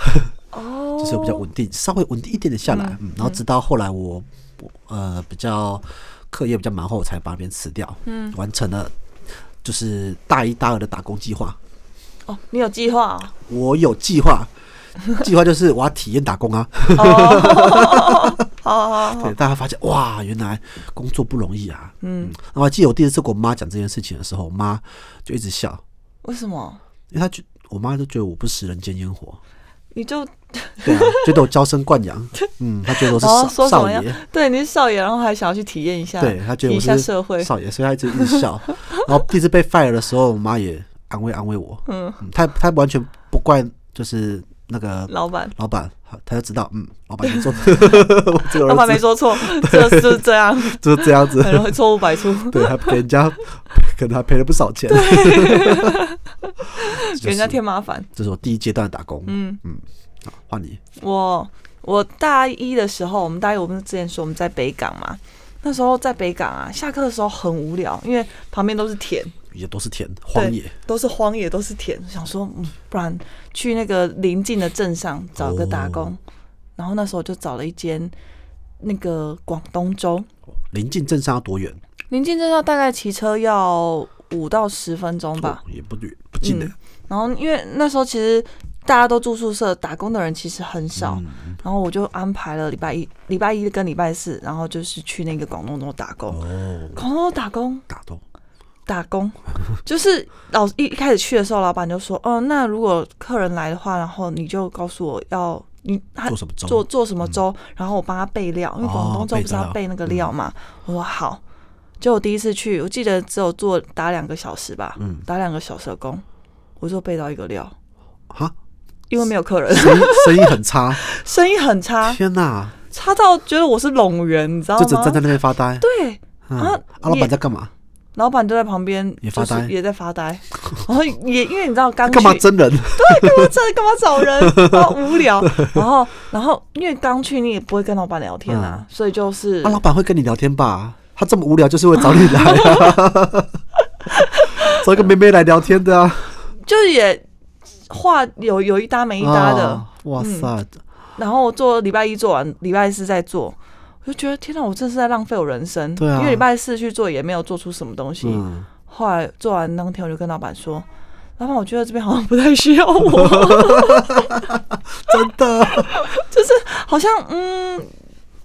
Speaker 3: 哦，
Speaker 2: 就是比较稳定，稍微稳定一点点下来，嗯然后直到后来我我呃比较课业比较忙后，我才把那边辞掉，嗯，完成了就是大一大二的打工计划。
Speaker 3: 哦，你有计划哦，
Speaker 2: 我有计划，计划就是我要体验打工啊。
Speaker 3: 哦 好好好，
Speaker 2: 对，大家发现哇，原来工作不容易啊。嗯，我还记得我第一次跟我妈讲这件事情的时候，我妈就一直笑，
Speaker 3: 为什么？
Speaker 2: 因为她就我妈就觉得我不食人间烟火，
Speaker 3: 你就
Speaker 2: 对啊，觉得我娇生 惯养，嗯，她觉得我是
Speaker 3: 然后
Speaker 2: 少
Speaker 3: 哦说什
Speaker 2: 少
Speaker 3: 么呀
Speaker 2: 爷。？
Speaker 3: 对，你是少爷，然后还想要去体验一下，
Speaker 2: 对他觉得我
Speaker 3: 体验一下
Speaker 2: 是
Speaker 3: 啊社会，
Speaker 2: 少爷，所以他一直一直 笑。然后第一次被 fire 的时候，我妈也安慰安慰我，
Speaker 3: 嗯，
Speaker 2: 嗯，她她完全不怪就是那个
Speaker 3: 老板，
Speaker 2: 老板，她她就知道，嗯，老板 没做，我这个
Speaker 3: 老板没
Speaker 2: 儿子
Speaker 3: 说错，就是就是这样，
Speaker 2: 就是这样子，
Speaker 3: 很容易错误百出，
Speaker 2: 对，还给人家可能还赔了不少钱，
Speaker 3: 给人家添麻烦。
Speaker 2: 这是我第一阶段的打工，
Speaker 3: 嗯，
Speaker 2: 换你，
Speaker 3: 我我大一的时候，我们大一我们之前说我们在北港嘛，那时候在北港啊，下课的时候很无聊，因为旁边都是田，
Speaker 2: 也都是田荒野，
Speaker 3: 都是荒野，都是田。想说，嗯，不然去那个邻近的镇上找个打工。
Speaker 2: 哦
Speaker 3: 然后那时候就找了一间那个广东粥，
Speaker 2: 临近镇上要多远？
Speaker 3: 邻近镇上大概骑车要五到十分钟吧。
Speaker 2: 哦也不远不近的
Speaker 3: 嗯，然后因为那时候其实大家都住宿舍，打工的人其实很少。
Speaker 2: 嗯
Speaker 3: 然后我就安排了礼拜一、礼拜一跟礼拜四，然后就是去那个广东粥打工。
Speaker 2: 哦，
Speaker 3: 广东粥打工
Speaker 2: 打动，
Speaker 3: 打工， 就是老一一开始去的时候，老板就说，嗯，那如果客人来的话，然后你就告诉我要你他
Speaker 2: 做什么粥嗯
Speaker 3: 做做什么粥，然后我帮他备料，因为
Speaker 2: 哦
Speaker 3: 广东粥不是要
Speaker 2: 备嗯
Speaker 3: 备那个料嘛。我说好，就我第一次去，我记得只有做打两个小时吧，
Speaker 2: 嗯
Speaker 3: 打两个小时的工，我就备到一个料，
Speaker 2: 哈，
Speaker 3: 因为没有客人，
Speaker 2: 声音声音很差，
Speaker 3: 生意 很差，
Speaker 2: 天哪，
Speaker 3: 差到觉得我是冗员，你知道
Speaker 2: 就只站在
Speaker 3: 吗？
Speaker 2: 那边发呆，
Speaker 3: 对，
Speaker 2: 嗯
Speaker 3: 啊
Speaker 2: 啊，老
Speaker 3: 也
Speaker 2: 板在干嘛？
Speaker 3: 老板就在旁边，
Speaker 2: 也
Speaker 3: 就
Speaker 2: 发呆
Speaker 3: 是也在发呆， 然后也因为你知道刚
Speaker 2: 干嘛
Speaker 3: 去
Speaker 2: 真人？
Speaker 3: 干嘛这干嘛找人？好 无聊。然后，然后因为刚去，你也不会跟老板聊天啊，
Speaker 2: 嗯
Speaker 3: 所以就是、
Speaker 2: 啊，老板会跟你聊天吧？他这么无聊，就是会找你来啊， 找一个妹妹来聊天的啊，
Speaker 3: 就是也话有有一搭没一搭的。
Speaker 2: 啊哇塞，
Speaker 3: 然后做礼拜一做完，礼拜四再做，我就觉得天哪，我真是在浪费我人生。
Speaker 2: 对啊
Speaker 3: 因为礼拜四去做也没有做出什么东西。
Speaker 2: 嗯，
Speaker 3: 后来做完当天，我就跟老板说。老板，我觉得这边好像不太需要我，
Speaker 2: 真 的，
Speaker 3: 就是好像嗯，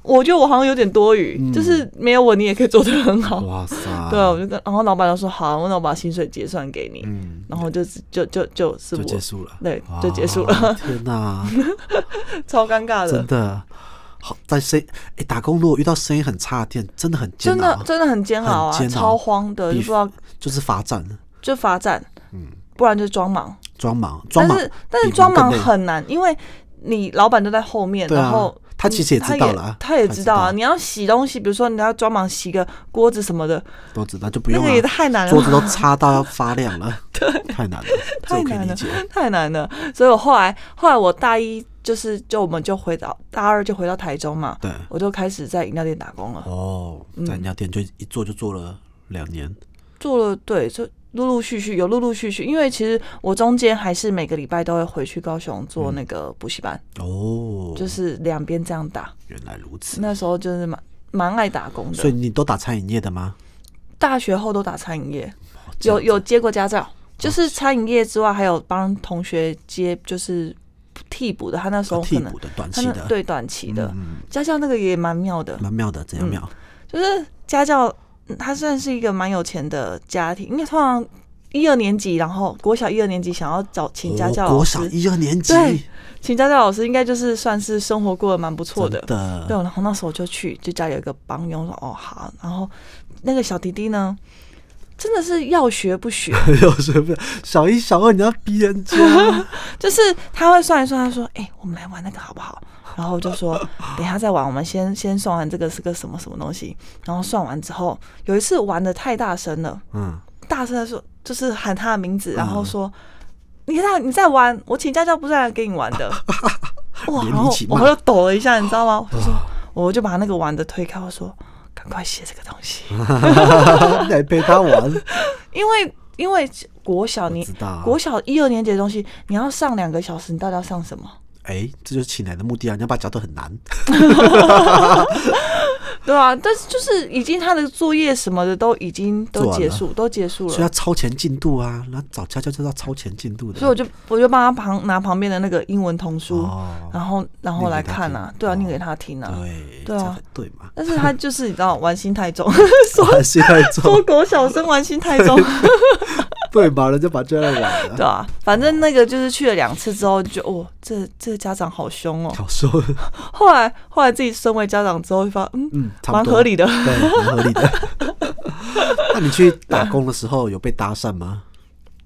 Speaker 3: 我觉得我好像有点多余，就是没有我你也可以做得很好。
Speaker 2: 嗯哇塞，
Speaker 3: 对，啊我就跟，然后老板就说好，那我把薪水结算给你，
Speaker 2: 嗯，
Speaker 3: 然后就就就就是
Speaker 2: 就结
Speaker 3: 我，
Speaker 2: 束了，
Speaker 3: 对
Speaker 2: 哇，
Speaker 3: 就结束了，
Speaker 2: 天哪，
Speaker 3: 超尴尬
Speaker 2: 真
Speaker 3: 的。
Speaker 2: 的。好在生哎、打工，如果遇到生意很差的店，真的很煎
Speaker 3: 真
Speaker 2: 熬
Speaker 3: 的，真的很煎熬啊，
Speaker 2: 很煎熬
Speaker 3: 超慌的，
Speaker 2: 比
Speaker 3: 就不知道
Speaker 2: 就是罚站、
Speaker 3: 就罚站，不然就是装忙。
Speaker 2: 装忙、嗯装忙
Speaker 3: 但是但是
Speaker 2: 比
Speaker 3: 装忙
Speaker 2: 更累
Speaker 3: 很难，因为你老板都在后面，
Speaker 2: 对啊
Speaker 3: 然后
Speaker 2: 他其实也
Speaker 3: 你
Speaker 2: 知道了啊
Speaker 3: 他也
Speaker 2: 他
Speaker 3: 知
Speaker 2: 知
Speaker 3: 道啊。
Speaker 2: 道
Speaker 3: 你要洗东西，比如说你要装忙洗个锅子什么的，
Speaker 2: 都知道，就不
Speaker 3: 那
Speaker 2: 用啊
Speaker 3: 个
Speaker 2: 了、
Speaker 3: 也太难
Speaker 2: 桌
Speaker 3: 了，
Speaker 2: 子都擦到要发亮 了，太难了，这
Speaker 3: 太
Speaker 2: 我可以
Speaker 3: 难
Speaker 2: 理
Speaker 3: 了
Speaker 2: 解。，
Speaker 3: 太难了。所以我后来后来我大一就是就我们就回到大二就回到台中嘛，
Speaker 2: 对，
Speaker 3: 我就开始在饮料店打工了，
Speaker 2: 哦，在饮
Speaker 3: 嗯
Speaker 2: 料店就一做就做了两年，
Speaker 3: 做了对就。陆陆续续有陆陆续续，因为其实我中间还是每个礼拜都会回去高雄做那个补习班，
Speaker 2: 嗯哦，
Speaker 3: 就是两边这样打。
Speaker 2: 原来如此。
Speaker 3: 那时候就是蛮蛮爱打工的，
Speaker 2: 所以你都打餐饮业的吗？
Speaker 3: 大学后都打餐饮业，
Speaker 2: 哦这
Speaker 3: 有
Speaker 2: 样
Speaker 3: 有接过家教，就是餐饮业之外，还有帮同学接就是替补的。他那时候
Speaker 2: 啊替
Speaker 3: 可能
Speaker 2: 补的、短
Speaker 3: 他
Speaker 2: 期
Speaker 3: 那
Speaker 2: 的，
Speaker 3: 对短期的嗯
Speaker 2: 嗯，
Speaker 3: 家教那个也蛮妙的，
Speaker 2: 蛮妙的，怎样妙？
Speaker 3: 就是家教嗯他算是一个蛮有钱的家庭，因为通常一二年级，然后国小一二年级想要找请家教
Speaker 2: 我
Speaker 3: 老
Speaker 2: 哦国
Speaker 3: 师
Speaker 2: 小，一二年级，
Speaker 3: 对请家教老师应该就是算是生活过得蛮不错
Speaker 2: 真
Speaker 3: 的。
Speaker 2: 的
Speaker 3: 对，然后那时候我就去，就家里有一个帮佣说哦好，然后那个小弟弟呢，真的是要学不学，
Speaker 2: 有什么小一、小二你要逼人家，
Speaker 3: 就是他会算一算，他说哎、我们来玩那个好不好？然后我就说等一下再玩，我们先先算完这个是个什么什么东西，然后算完之后，有一次玩的太大声了，
Speaker 2: 嗯，
Speaker 3: 大声的说就是喊他的名字，然后说、你在你在玩，我请家教不是来给你玩 的，哇，
Speaker 2: 连你
Speaker 3: 然后
Speaker 2: 一起
Speaker 3: 我
Speaker 2: 骂啊
Speaker 3: 就抖了一下，你知道吗？我就说我就把那个玩的推开，我说赶快写这个东西，
Speaker 2: 嗯你来陪他玩，
Speaker 3: 因为因为国小
Speaker 2: 我
Speaker 3: 你
Speaker 2: 知道啊。
Speaker 3: 国小一二年级的东西，你要上两个小时，你到底要上 什么？
Speaker 2: 哎，这就是请来的目的啊！你要把它讲得很难，
Speaker 3: 对啊，但是就是已经他的作业什么的都已经都
Speaker 2: 做完
Speaker 3: 结
Speaker 2: 了
Speaker 3: 束，都结束
Speaker 2: 所以要
Speaker 3: 了。
Speaker 2: 超前进度啊！那找家教就是要超前进度的。
Speaker 3: 所以我就我就帮他旁拿旁边的那个英文童书，
Speaker 2: 哦
Speaker 3: 然后然后来看
Speaker 2: 念给他
Speaker 3: 啊
Speaker 2: 听，
Speaker 3: 对啊，
Speaker 2: 哦
Speaker 3: 念给
Speaker 2: 对
Speaker 3: 他听啊。啊对
Speaker 2: 这
Speaker 3: 啊
Speaker 2: 样才对嘛。
Speaker 3: 但是他就是你知道玩心 太重，
Speaker 2: 哇，现在
Speaker 3: 说
Speaker 2: 做
Speaker 3: 狗小生玩心太 重，
Speaker 2: 对嘛？人家把这样玩
Speaker 3: 对
Speaker 2: 了，
Speaker 3: 啊，反正那个就是去了两次之后就，哦，这这个家长好凶哦。
Speaker 2: 好说，
Speaker 3: 后来后来自己身为家长之后，就发嗯，
Speaker 2: 嗯，差不
Speaker 3: 蛮
Speaker 2: 多
Speaker 3: 合理的。
Speaker 2: 对，蛮合理的。那你去打工的 时候有被搭讪吗？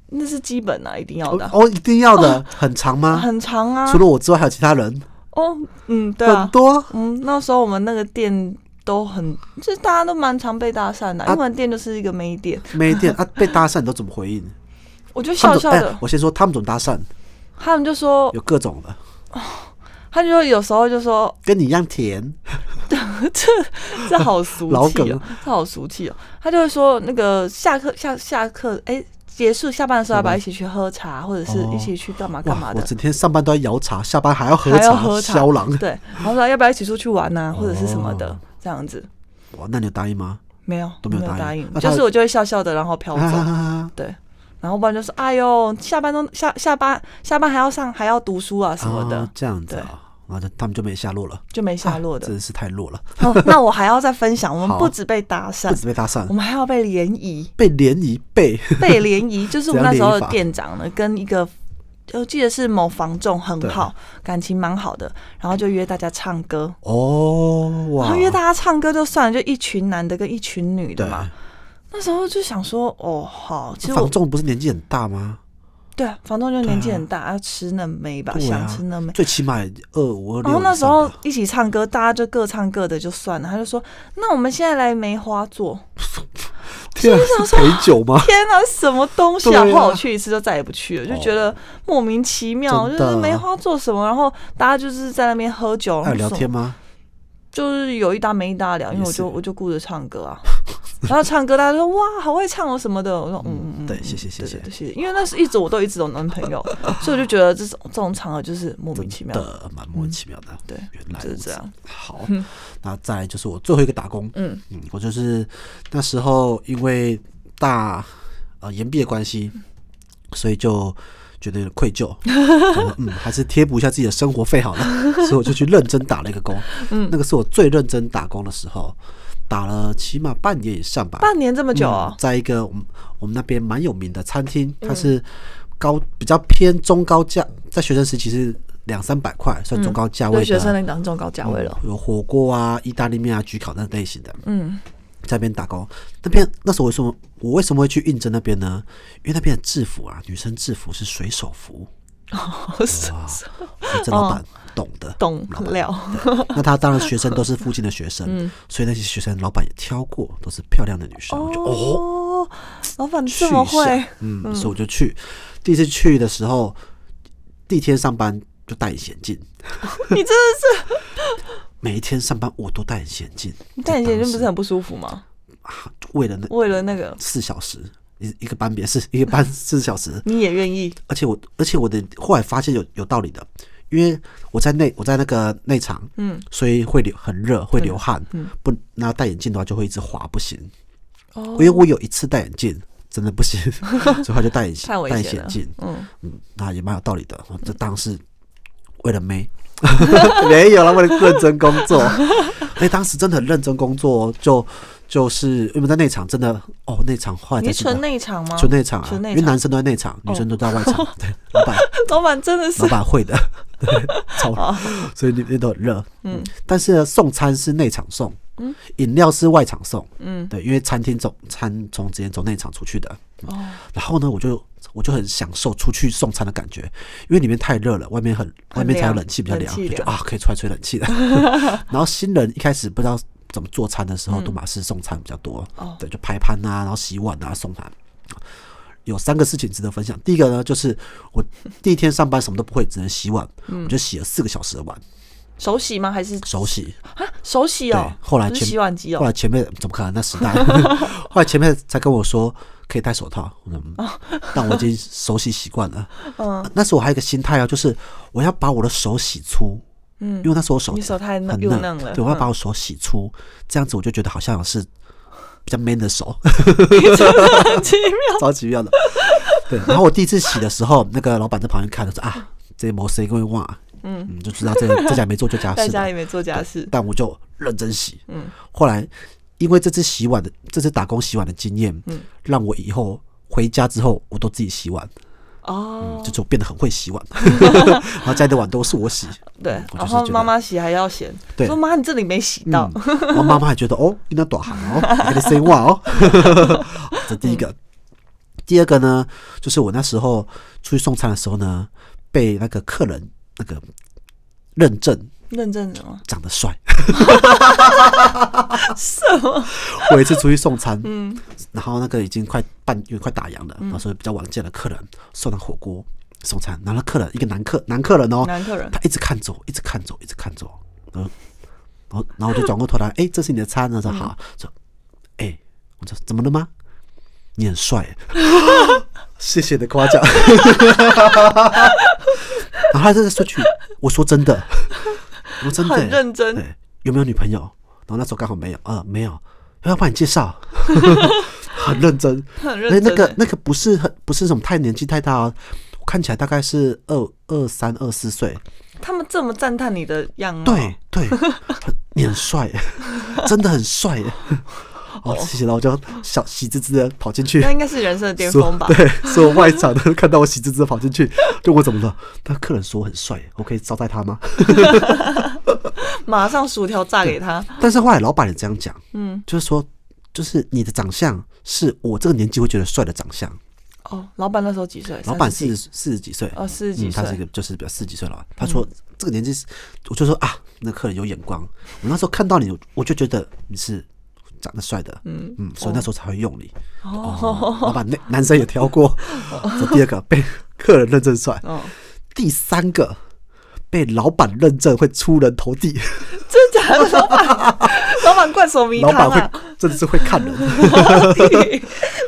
Speaker 3: 那是基本啊，一定要的啊、
Speaker 2: 哦，一定要的，很长吗？
Speaker 3: 很长啊。
Speaker 2: 除了我之外，还有其他人，
Speaker 3: 哦，嗯，对
Speaker 2: 很
Speaker 3: 啊，
Speaker 2: 多。
Speaker 3: 嗯，那时候我们那个店都很，就是大家都蛮常被搭讪的、因
Speaker 2: 啊
Speaker 3: 为我们店就是一个美店，
Speaker 2: 没店啊，被搭讪你都怎么回应？
Speaker 3: 我就
Speaker 2: 他
Speaker 3: 笑
Speaker 2: 们怎
Speaker 3: 笑
Speaker 2: 么？
Speaker 3: 的
Speaker 2: 哎，，我先说他们怎么搭讪，
Speaker 3: 他们就说，
Speaker 2: 有各种的，
Speaker 3: 他就说有时候就说
Speaker 2: 跟你一样甜，
Speaker 3: 这 这好俗
Speaker 2: 老
Speaker 3: 气哦
Speaker 2: 梗，
Speaker 3: 这好俗气哦。他就会说那个下课下下课，哎、结束下班的时候，要不要一起去喝茶，或者是
Speaker 2: 哦
Speaker 3: 一起去干嘛干
Speaker 2: 哇
Speaker 3: 嘛！的
Speaker 2: 我？整天上班都在摇茶，下班还要喝
Speaker 3: 还要喝茶
Speaker 2: 肖郎。
Speaker 3: 对，然后说要不要一起出去玩啊呐、或者是什么的
Speaker 2: 哦，
Speaker 3: 这样子
Speaker 2: 哇，那你有答应吗？
Speaker 3: 没有
Speaker 2: 都
Speaker 3: 没
Speaker 2: 没
Speaker 3: 有
Speaker 2: 有
Speaker 3: 答
Speaker 2: 答应
Speaker 3: 应，
Speaker 2: 那他
Speaker 3: 就是我就会笑笑的，然后飘走。
Speaker 2: 啊，
Speaker 3: 对，然后不然就说哎呦，下班都下下班下班还要上还要读书啊什么的，
Speaker 2: 啊这样子啊，然后就他们就没下落了，
Speaker 3: 就没下落的。
Speaker 2: 真是太弱了，
Speaker 3: 哦，那我还要再分享，我们
Speaker 2: 好
Speaker 3: 不止被搭讪
Speaker 2: 不，止被搭讪
Speaker 3: 我，们还要被联谊。
Speaker 2: 被联谊被
Speaker 3: 被联谊， 就是我们
Speaker 2: 怎样
Speaker 3: 那时
Speaker 2: 联
Speaker 3: 候
Speaker 2: 谊
Speaker 3: 的
Speaker 2: 法
Speaker 3: 店长呢，跟一个我记得是某房仲很好，感情蛮好的，然后就约大家唱歌。
Speaker 2: 哦
Speaker 3: 然
Speaker 2: 哇
Speaker 3: 后，约大家唱歌就算了，就一群男的跟一群女的
Speaker 2: 对，
Speaker 3: 嘛。那时候就想说，哦，好，其实我
Speaker 2: 房仲不是年纪很大吗？
Speaker 3: 对啊，房东就年纪很大，要吃嫩梅吧，
Speaker 2: 啊对
Speaker 3: 想
Speaker 2: 啊
Speaker 3: 吃嫩梅。
Speaker 2: 最起码二五二六
Speaker 3: 然后
Speaker 2: 以
Speaker 3: 那时
Speaker 2: 上
Speaker 3: 候
Speaker 2: 吧
Speaker 3: 一起唱歌，大家就各唱各的就算了。他就说：“那我们现在来梅花座。
Speaker 2: 天啊，是陪酒吗”？
Speaker 3: 天哪，什么东西啊！后
Speaker 2: 对啊哦
Speaker 3: 来我去一次就再也不去了，就觉得莫名其妙，
Speaker 2: 真
Speaker 3: 就
Speaker 2: 的啊
Speaker 3: 是梅花座什么，然后大家就是在那边喝酒，
Speaker 2: 还有
Speaker 3: 然后
Speaker 2: 聊
Speaker 3: 什么
Speaker 2: 天吗？
Speaker 3: 就是有一搭没一搭聊，因为我
Speaker 2: 也是
Speaker 3: 就我就顾着唱歌啊。 然后唱歌，大家说哇，好会唱哦什么的。我说嗯嗯嗯，
Speaker 2: 对，谢谢谢
Speaker 3: 对对
Speaker 2: 谢
Speaker 3: 对，，谢谢。因为那是一直我都一直有男朋 友，所以我就觉得这种这种场合就是莫名其
Speaker 2: 真
Speaker 3: 妙。
Speaker 2: 的蛮莫名其妙的。
Speaker 3: 对
Speaker 2: 原来
Speaker 3: 就是
Speaker 2: 如此
Speaker 3: 这样。
Speaker 2: 好，那再来就是我最后一个打工，
Speaker 3: 嗯
Speaker 2: 嗯，我就是那时候因为大呃延毕的关系，所以就觉得有点愧 疚，想说嗯，还是贴补一下自己的生活费好了，所以我就去认真打了一个工。嗯，那个是我最认真打工的时候，打了起码半年以上吧。
Speaker 3: 半年这么久嗯哦
Speaker 2: 嗯，在一个我们我们那边蛮有名的餐厅，它是高比较偏中高价，在学生时期是两三百块，算中高嗯价位
Speaker 3: 嗯对
Speaker 2: 的。
Speaker 3: 学生来讲中高价位了。
Speaker 2: 有火锅啊、意大利面啊、焗烤那类型的，
Speaker 3: 嗯，
Speaker 2: 在那边打工。那边那时候为什么我为什么会去应征那边呢？因为那边的制服啊，女生制服是水手服， 所以这老板懂的，
Speaker 3: 哦懂
Speaker 2: 嗯老板
Speaker 3: 了。
Speaker 2: 那他当然学生都是附近的学生，
Speaker 3: 嗯
Speaker 2: 所以那些学生老板也挑过，都是漂亮的女生。我就哦，
Speaker 3: 哦，老板
Speaker 2: 去
Speaker 3: 这么
Speaker 2: 一
Speaker 3: 会
Speaker 2: 下，，嗯，所以我就去。第一次去的时候，第一天上班就戴隐形镜，
Speaker 3: 你真的是
Speaker 2: 每一天上班我都戴隐形镜。
Speaker 3: 你戴眼镜不是
Speaker 2: 在当
Speaker 3: 很不舒服吗？
Speaker 2: 时啊为了那
Speaker 3: 为了那个，
Speaker 2: 四小时，一一个班别是一个班四小时，
Speaker 3: 你也愿意？
Speaker 2: 而且我而且我的后来发现有有道理的，因为我在内我在那个内场，
Speaker 3: 嗯，
Speaker 2: 所以会流很热，会流汗，不那戴眼镜的话就会一直滑，不行。
Speaker 3: 哦
Speaker 2: 因为我有一次戴眼镜真的不行，所 以他就戴眼镜
Speaker 3: 太危
Speaker 2: 戴
Speaker 3: 险
Speaker 2: 眼
Speaker 3: 了
Speaker 2: 镜，
Speaker 3: 嗯，
Speaker 2: 嗯，那也蛮有道理的。我这当时为了妹。 没有啦，为了认真工作。哎、当时真的很认真工作哦，就就是因为在内场真的哦，内场后来
Speaker 3: 你
Speaker 2: 才
Speaker 3: 是
Speaker 2: 知道
Speaker 3: 纯内场吗？
Speaker 2: 纯内场啊，
Speaker 3: 纯内
Speaker 2: 因为
Speaker 3: 场
Speaker 2: 男生都在内场，女生都在外场。对，老板
Speaker 3: 老板真的是
Speaker 2: 老板会的， 对超所以那边都很热。嗯，但是呢送餐是内场送，嗯，饮料是外场送。嗯，对，因为餐厅走餐从直接从内场出去的。哦，然后呢，我就我就很享受出去送餐的感觉，因为里面太热了，外面很
Speaker 3: 很
Speaker 2: 外面才有
Speaker 3: 凉
Speaker 2: 冷气比较
Speaker 3: 冷
Speaker 2: 凉，
Speaker 3: 气
Speaker 2: 就觉得
Speaker 3: 凉
Speaker 2: 啊可以出来吹冷气了。 然后新人一开始不知道怎么做餐的时候，都马是送餐比较多，
Speaker 3: 嗯哦
Speaker 2: 对，就排盘啊，然后洗碗啊，送盘。有三个事情值得分享。第一个呢，就是我第一天上班什么都不会，只能洗碗，
Speaker 3: 嗯
Speaker 2: 我就洗了四个小时的碗，
Speaker 3: 手洗吗？还是
Speaker 2: 手洗。
Speaker 3: 手洗哦
Speaker 2: 对？后来
Speaker 3: 不是
Speaker 2: 前
Speaker 3: 洗碗机
Speaker 2: 后
Speaker 3: 哦。
Speaker 2: 来前面怎么可能那时代？ 后来前面才跟我说可以戴手套，我说
Speaker 3: 哦
Speaker 2: 嗯，但我已经手洗习惯了。嗯，那时候我还有一个心态啊，就是我要把我的手洗粗。嗯，因为那时候我手
Speaker 3: 你手太嫩
Speaker 2: 很
Speaker 3: 又
Speaker 2: 嫩
Speaker 3: 嫩了
Speaker 2: 对，我要
Speaker 3: 嗯
Speaker 2: 把我手洗粗，这样子我就觉得好像是比较 man 的 手，
Speaker 3: 很 奇妙，
Speaker 2: 超级妙的。对，然后我第一次洗的时候，那个老板在旁边看，他说啊，这模式因为忘啊，嗯就知道这这家没做就 家
Speaker 3: 在
Speaker 2: 事
Speaker 3: 家
Speaker 2: 的
Speaker 3: 里，面做家事，
Speaker 2: 但我就认真洗。嗯，后来因为这次洗碗的这次打工洗碗的经验，嗯，让我以后回家之后我都自己洗碗，
Speaker 3: 哦，
Speaker 2: 就是我变得很会 洗碗，然后家里的碗都是我洗。
Speaker 3: 对
Speaker 2: 嗯，我就
Speaker 3: 然
Speaker 2: 是
Speaker 3: 后
Speaker 2: 觉
Speaker 3: 妈
Speaker 2: 得
Speaker 3: 妈洗还要嫌，
Speaker 2: 对嗯
Speaker 3: 说妈你这里没洗到，
Speaker 2: 然后妈妈还觉得哦，你那短行 哦，你的声话哦， 这第一个。第二个呢，就是我那时候出去送餐的时候呢，被那个客人那个认证
Speaker 3: 认真的吗？
Speaker 2: 长得帅。
Speaker 3: 什么？
Speaker 2: 我有一次出去送餐，嗯，然后那个已经快半，因为快打烊了，
Speaker 3: 嗯
Speaker 2: 然后所以比较晚见的客人送了火锅送餐，然后那客人一个男客男客人哦，
Speaker 3: 男客人
Speaker 2: 他一直看着我，一直看着我，一直看着我，然后然后然后我就转过头来，哎、这是你的餐，他说
Speaker 3: 嗯
Speaker 2: 好，说哎、我说怎么了吗？你很帅 耶，谢谢你的夸奖。 然后他就在说句，我说真的，我真的耶
Speaker 3: 很认真
Speaker 2: 对，有没有女朋友？然后那时候刚好没有，啊、没有，要不然你介绍， 很认真，哎
Speaker 3: 很认真
Speaker 2: 那那个
Speaker 3: 耶
Speaker 2: 那个不是很不是什么太年纪太大、哦，我看起来大概是二二三二四岁，
Speaker 3: 他们这么赞叹你的样貌，
Speaker 2: 对对，很你很帅 耶，真的很帅耶。哦，谢谢，然后我就小喜滋滋的跑进去，
Speaker 3: 那应该是人生的巅
Speaker 2: 所
Speaker 3: 峰吧？
Speaker 2: 对，所 有外场的看到我喜滋滋地跑进去， 就我怎么了？那客人说我很帅，我可以招待他吗？
Speaker 3: 马上薯条炸给他，
Speaker 2: 但是后来老板也这样讲，嗯，就是说，就是你的长相是我这个年纪会觉得帅的长相。
Speaker 3: 哦，老板那时候几岁？
Speaker 2: 老板
Speaker 3: 30
Speaker 2: 四
Speaker 3: 几
Speaker 2: 十四十几岁，
Speaker 3: 哦四十几
Speaker 2: 嗯他是
Speaker 3: 岁嗯
Speaker 2: 一个就是比较四十几岁的老板。他说这个年纪是，我就说啊，那客人有眼光。我那时候看到你，我就觉得你是。长得帅的，嗯嗯，所以那时候才会用你。哦，老板，那男生也挑 过。这第二个被客人认证帅，
Speaker 3: 哦，
Speaker 2: 第三个被老板认证会出人头地。
Speaker 3: 真假的？老板， 老板灌什么迷
Speaker 2: 老板
Speaker 3: 汤
Speaker 2: 会
Speaker 3: 啊？
Speaker 2: 真的是会 看人，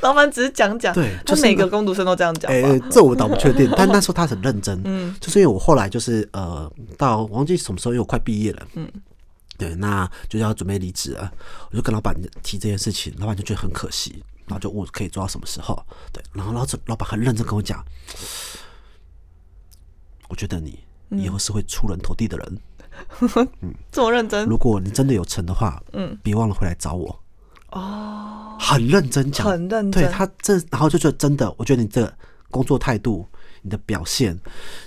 Speaker 3: 老板只是讲讲，
Speaker 2: 对
Speaker 3: 他
Speaker 2: 就是
Speaker 3: 每
Speaker 2: 那
Speaker 3: 个工读生都这样讲
Speaker 2: 哎、
Speaker 3: 吧？
Speaker 2: 这我倒不确定，但那时候他很认真，嗯，就是因为我后来就是呃，到忘记什么时候，因为我快毕业了，嗯，对，那就要准备离职了，我就跟老板提这件事情，老板就觉得很可惜，然后就问我可以做到什么时候，对，然后老老板很认真跟我讲，我觉得你以后是会出人头地的人，
Speaker 3: 这么认真，
Speaker 2: 如果你真的有成的话，嗯，别忘了回来找我。哦，很认真讲，
Speaker 3: 很认真
Speaker 2: 对他这，然后就觉得真的，我觉得你这个工作态度、你的表现、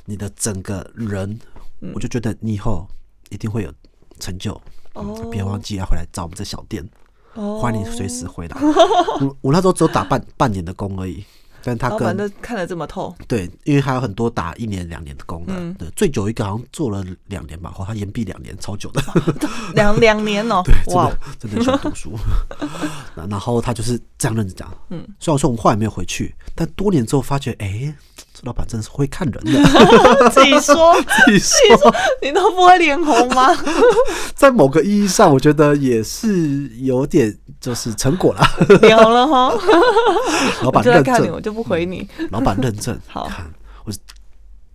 Speaker 2: 你的整个人，
Speaker 3: 嗯
Speaker 2: 我就觉得你以后一定会有成就，嗯别、忘记要回来找我们这小店，
Speaker 3: 哦
Speaker 2: 欢迎你随时回来。我我那时候只有打半半年的工而已，但他
Speaker 3: 老板都
Speaker 2: 跟
Speaker 3: 看得这么透，
Speaker 2: 对，因为还有很多打一年两年的工的，
Speaker 3: 嗯
Speaker 2: 对，最久一个好像做了两年吧，后他延毕两年，超久的。
Speaker 3: 两两 年哦、
Speaker 2: 真
Speaker 3: 哇，
Speaker 2: 的真的很喜欢读 书。然然后他就是这样认真讲，嗯，虽然说我们后来没有回去，但多年之后发觉，哎、这老板真的是会看 人的。
Speaker 3: 自己说
Speaker 2: 自己说，
Speaker 3: 你都不会脸红 吗？
Speaker 2: 在某个意义上，我觉得也是有点就是成果 啦。
Speaker 3: 脸红了哈，
Speaker 2: 老
Speaker 3: 我
Speaker 2: 板
Speaker 3: 就在
Speaker 2: 认
Speaker 3: 看你，我
Speaker 2: 证，
Speaker 3: 就不回你。
Speaker 2: 老板认证，
Speaker 3: 好
Speaker 2: 看我是。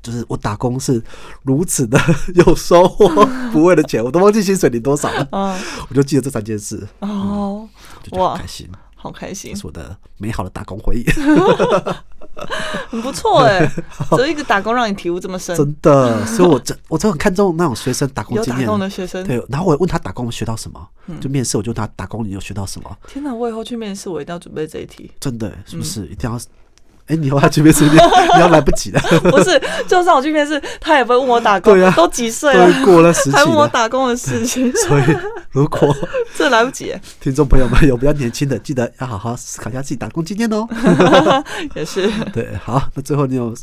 Speaker 2: 就是我打工是如此的有收获，不为了钱，我都忘记薪水领多少了，
Speaker 3: 嗯，
Speaker 2: 我就记得这三件事，
Speaker 3: 哦，
Speaker 2: 就觉得
Speaker 3: 哇
Speaker 2: 很开心，
Speaker 3: 好开心
Speaker 2: 这，是我的美好的打工回忆。
Speaker 3: 很不错 哎、只有一个打工让你体悟这么深，
Speaker 2: 真的，所以我 真我真的很看重那种学生打工
Speaker 3: 有
Speaker 2: 经
Speaker 3: 打
Speaker 2: 验。
Speaker 3: 工的学生。嗯
Speaker 2: 对，然后我问他打工学到什么，就面试我就问他打工你有学到什么？
Speaker 3: 天哪，我以后去面试，我一定要准备这一题。
Speaker 2: 真的是不是一定要？哎，你要他去面试，你 你要来不 及了，
Speaker 3: 不是，就算我去面试，他也不会问我打工，
Speaker 2: 对啊
Speaker 3: 都几岁
Speaker 2: 都
Speaker 3: 了
Speaker 2: 已，经过了时期
Speaker 3: 还问我
Speaker 2: 了。
Speaker 3: 打工的 事情，
Speaker 2: 所以，如果
Speaker 3: 这来不及欸，
Speaker 2: 听众朋友们有比较年轻的，记得要好好思考一下自己打工经 验哦。
Speaker 3: 也是。
Speaker 2: 对，好，那最后你有，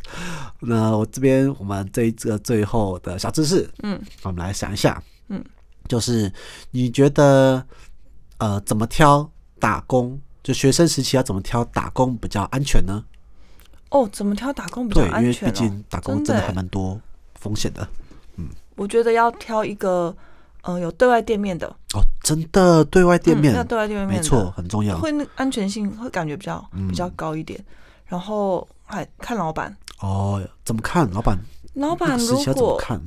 Speaker 2: 那我这边我们这一个最后的小知识，
Speaker 3: 嗯，
Speaker 2: 啊我们来想一下，
Speaker 3: 嗯，
Speaker 2: 就是你觉得呃怎么挑打工？就学生时期要怎么挑打工比较安全呢？
Speaker 3: 哦，怎么挑打工比较
Speaker 2: 对，因
Speaker 3: 安
Speaker 2: 为
Speaker 3: 全、
Speaker 2: 毕
Speaker 3: 哦？
Speaker 2: 竟打工
Speaker 3: 真
Speaker 2: 真的
Speaker 3: 的
Speaker 2: 还
Speaker 3: 欸
Speaker 2: 蛮多风险的
Speaker 3: 我觉得要挑一个，嗯、有对外店面的嗯
Speaker 2: 哦，真的对外店面
Speaker 3: 嗯、要，对外店面
Speaker 2: 没
Speaker 3: 的
Speaker 2: 错，，嗯很重要
Speaker 3: 会那安全性会感觉比较、比较高一点。然后还看老板，
Speaker 2: 哦。怎么看，老板？
Speaker 3: 老
Speaker 2: 那
Speaker 3: 板
Speaker 2: 个时
Speaker 3: 如
Speaker 2: 期要怎么
Speaker 3: 果
Speaker 2: 看？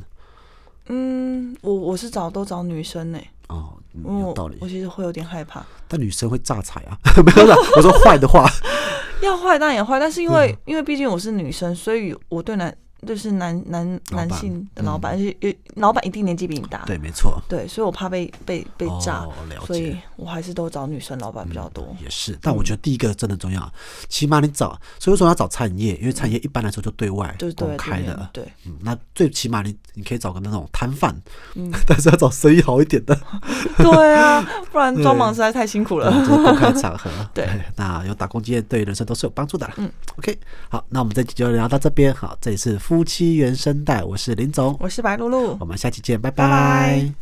Speaker 3: 嗯，我我是找都找女生呢、
Speaker 2: 哦，嗯
Speaker 3: 因为
Speaker 2: 有
Speaker 3: 我
Speaker 2: 道理
Speaker 3: 我。其实会有点害怕，
Speaker 2: 但女生会榨财啊， 没有啦，我说坏的话，
Speaker 3: 要坏当然也坏，但是因
Speaker 2: 嗯
Speaker 3: 为、因为毕竟我是女生，所以我对男就是男男
Speaker 2: 老板嗯
Speaker 3: 男性的老板，而且也老板一定年纪比你大，
Speaker 2: 对，没错。
Speaker 3: 对所以我怕被被被炸，
Speaker 2: 哦、了解嗯
Speaker 3: 所以我还是都找女生老板比较多。
Speaker 2: 也是，但我觉得第一个真的重要，起码你找，所以为什么要找餐饮业？因为餐饮业一般来说就对外
Speaker 3: 就是对
Speaker 2: 嗯公开
Speaker 3: 对
Speaker 2: 的，
Speaker 3: 对，
Speaker 2: 嗯，那最起码你你可以找个那种摊贩，
Speaker 3: 嗯
Speaker 2: 但是要找生意好一点 的，
Speaker 3: 对啊，不然装忙实在太辛苦
Speaker 2: 对
Speaker 3: 了。
Speaker 2: 嗯这是公开场合。
Speaker 3: 对，
Speaker 2: 那有打工经验对人生都是有帮助的啦。
Speaker 3: 嗯
Speaker 2: ，OK，好，那我们这期就聊到这边，好，这里是夫妻原声带，我是林总，
Speaker 3: 我是白露露
Speaker 2: 我，们下期见，
Speaker 3: 嗯拜拜
Speaker 2: 拜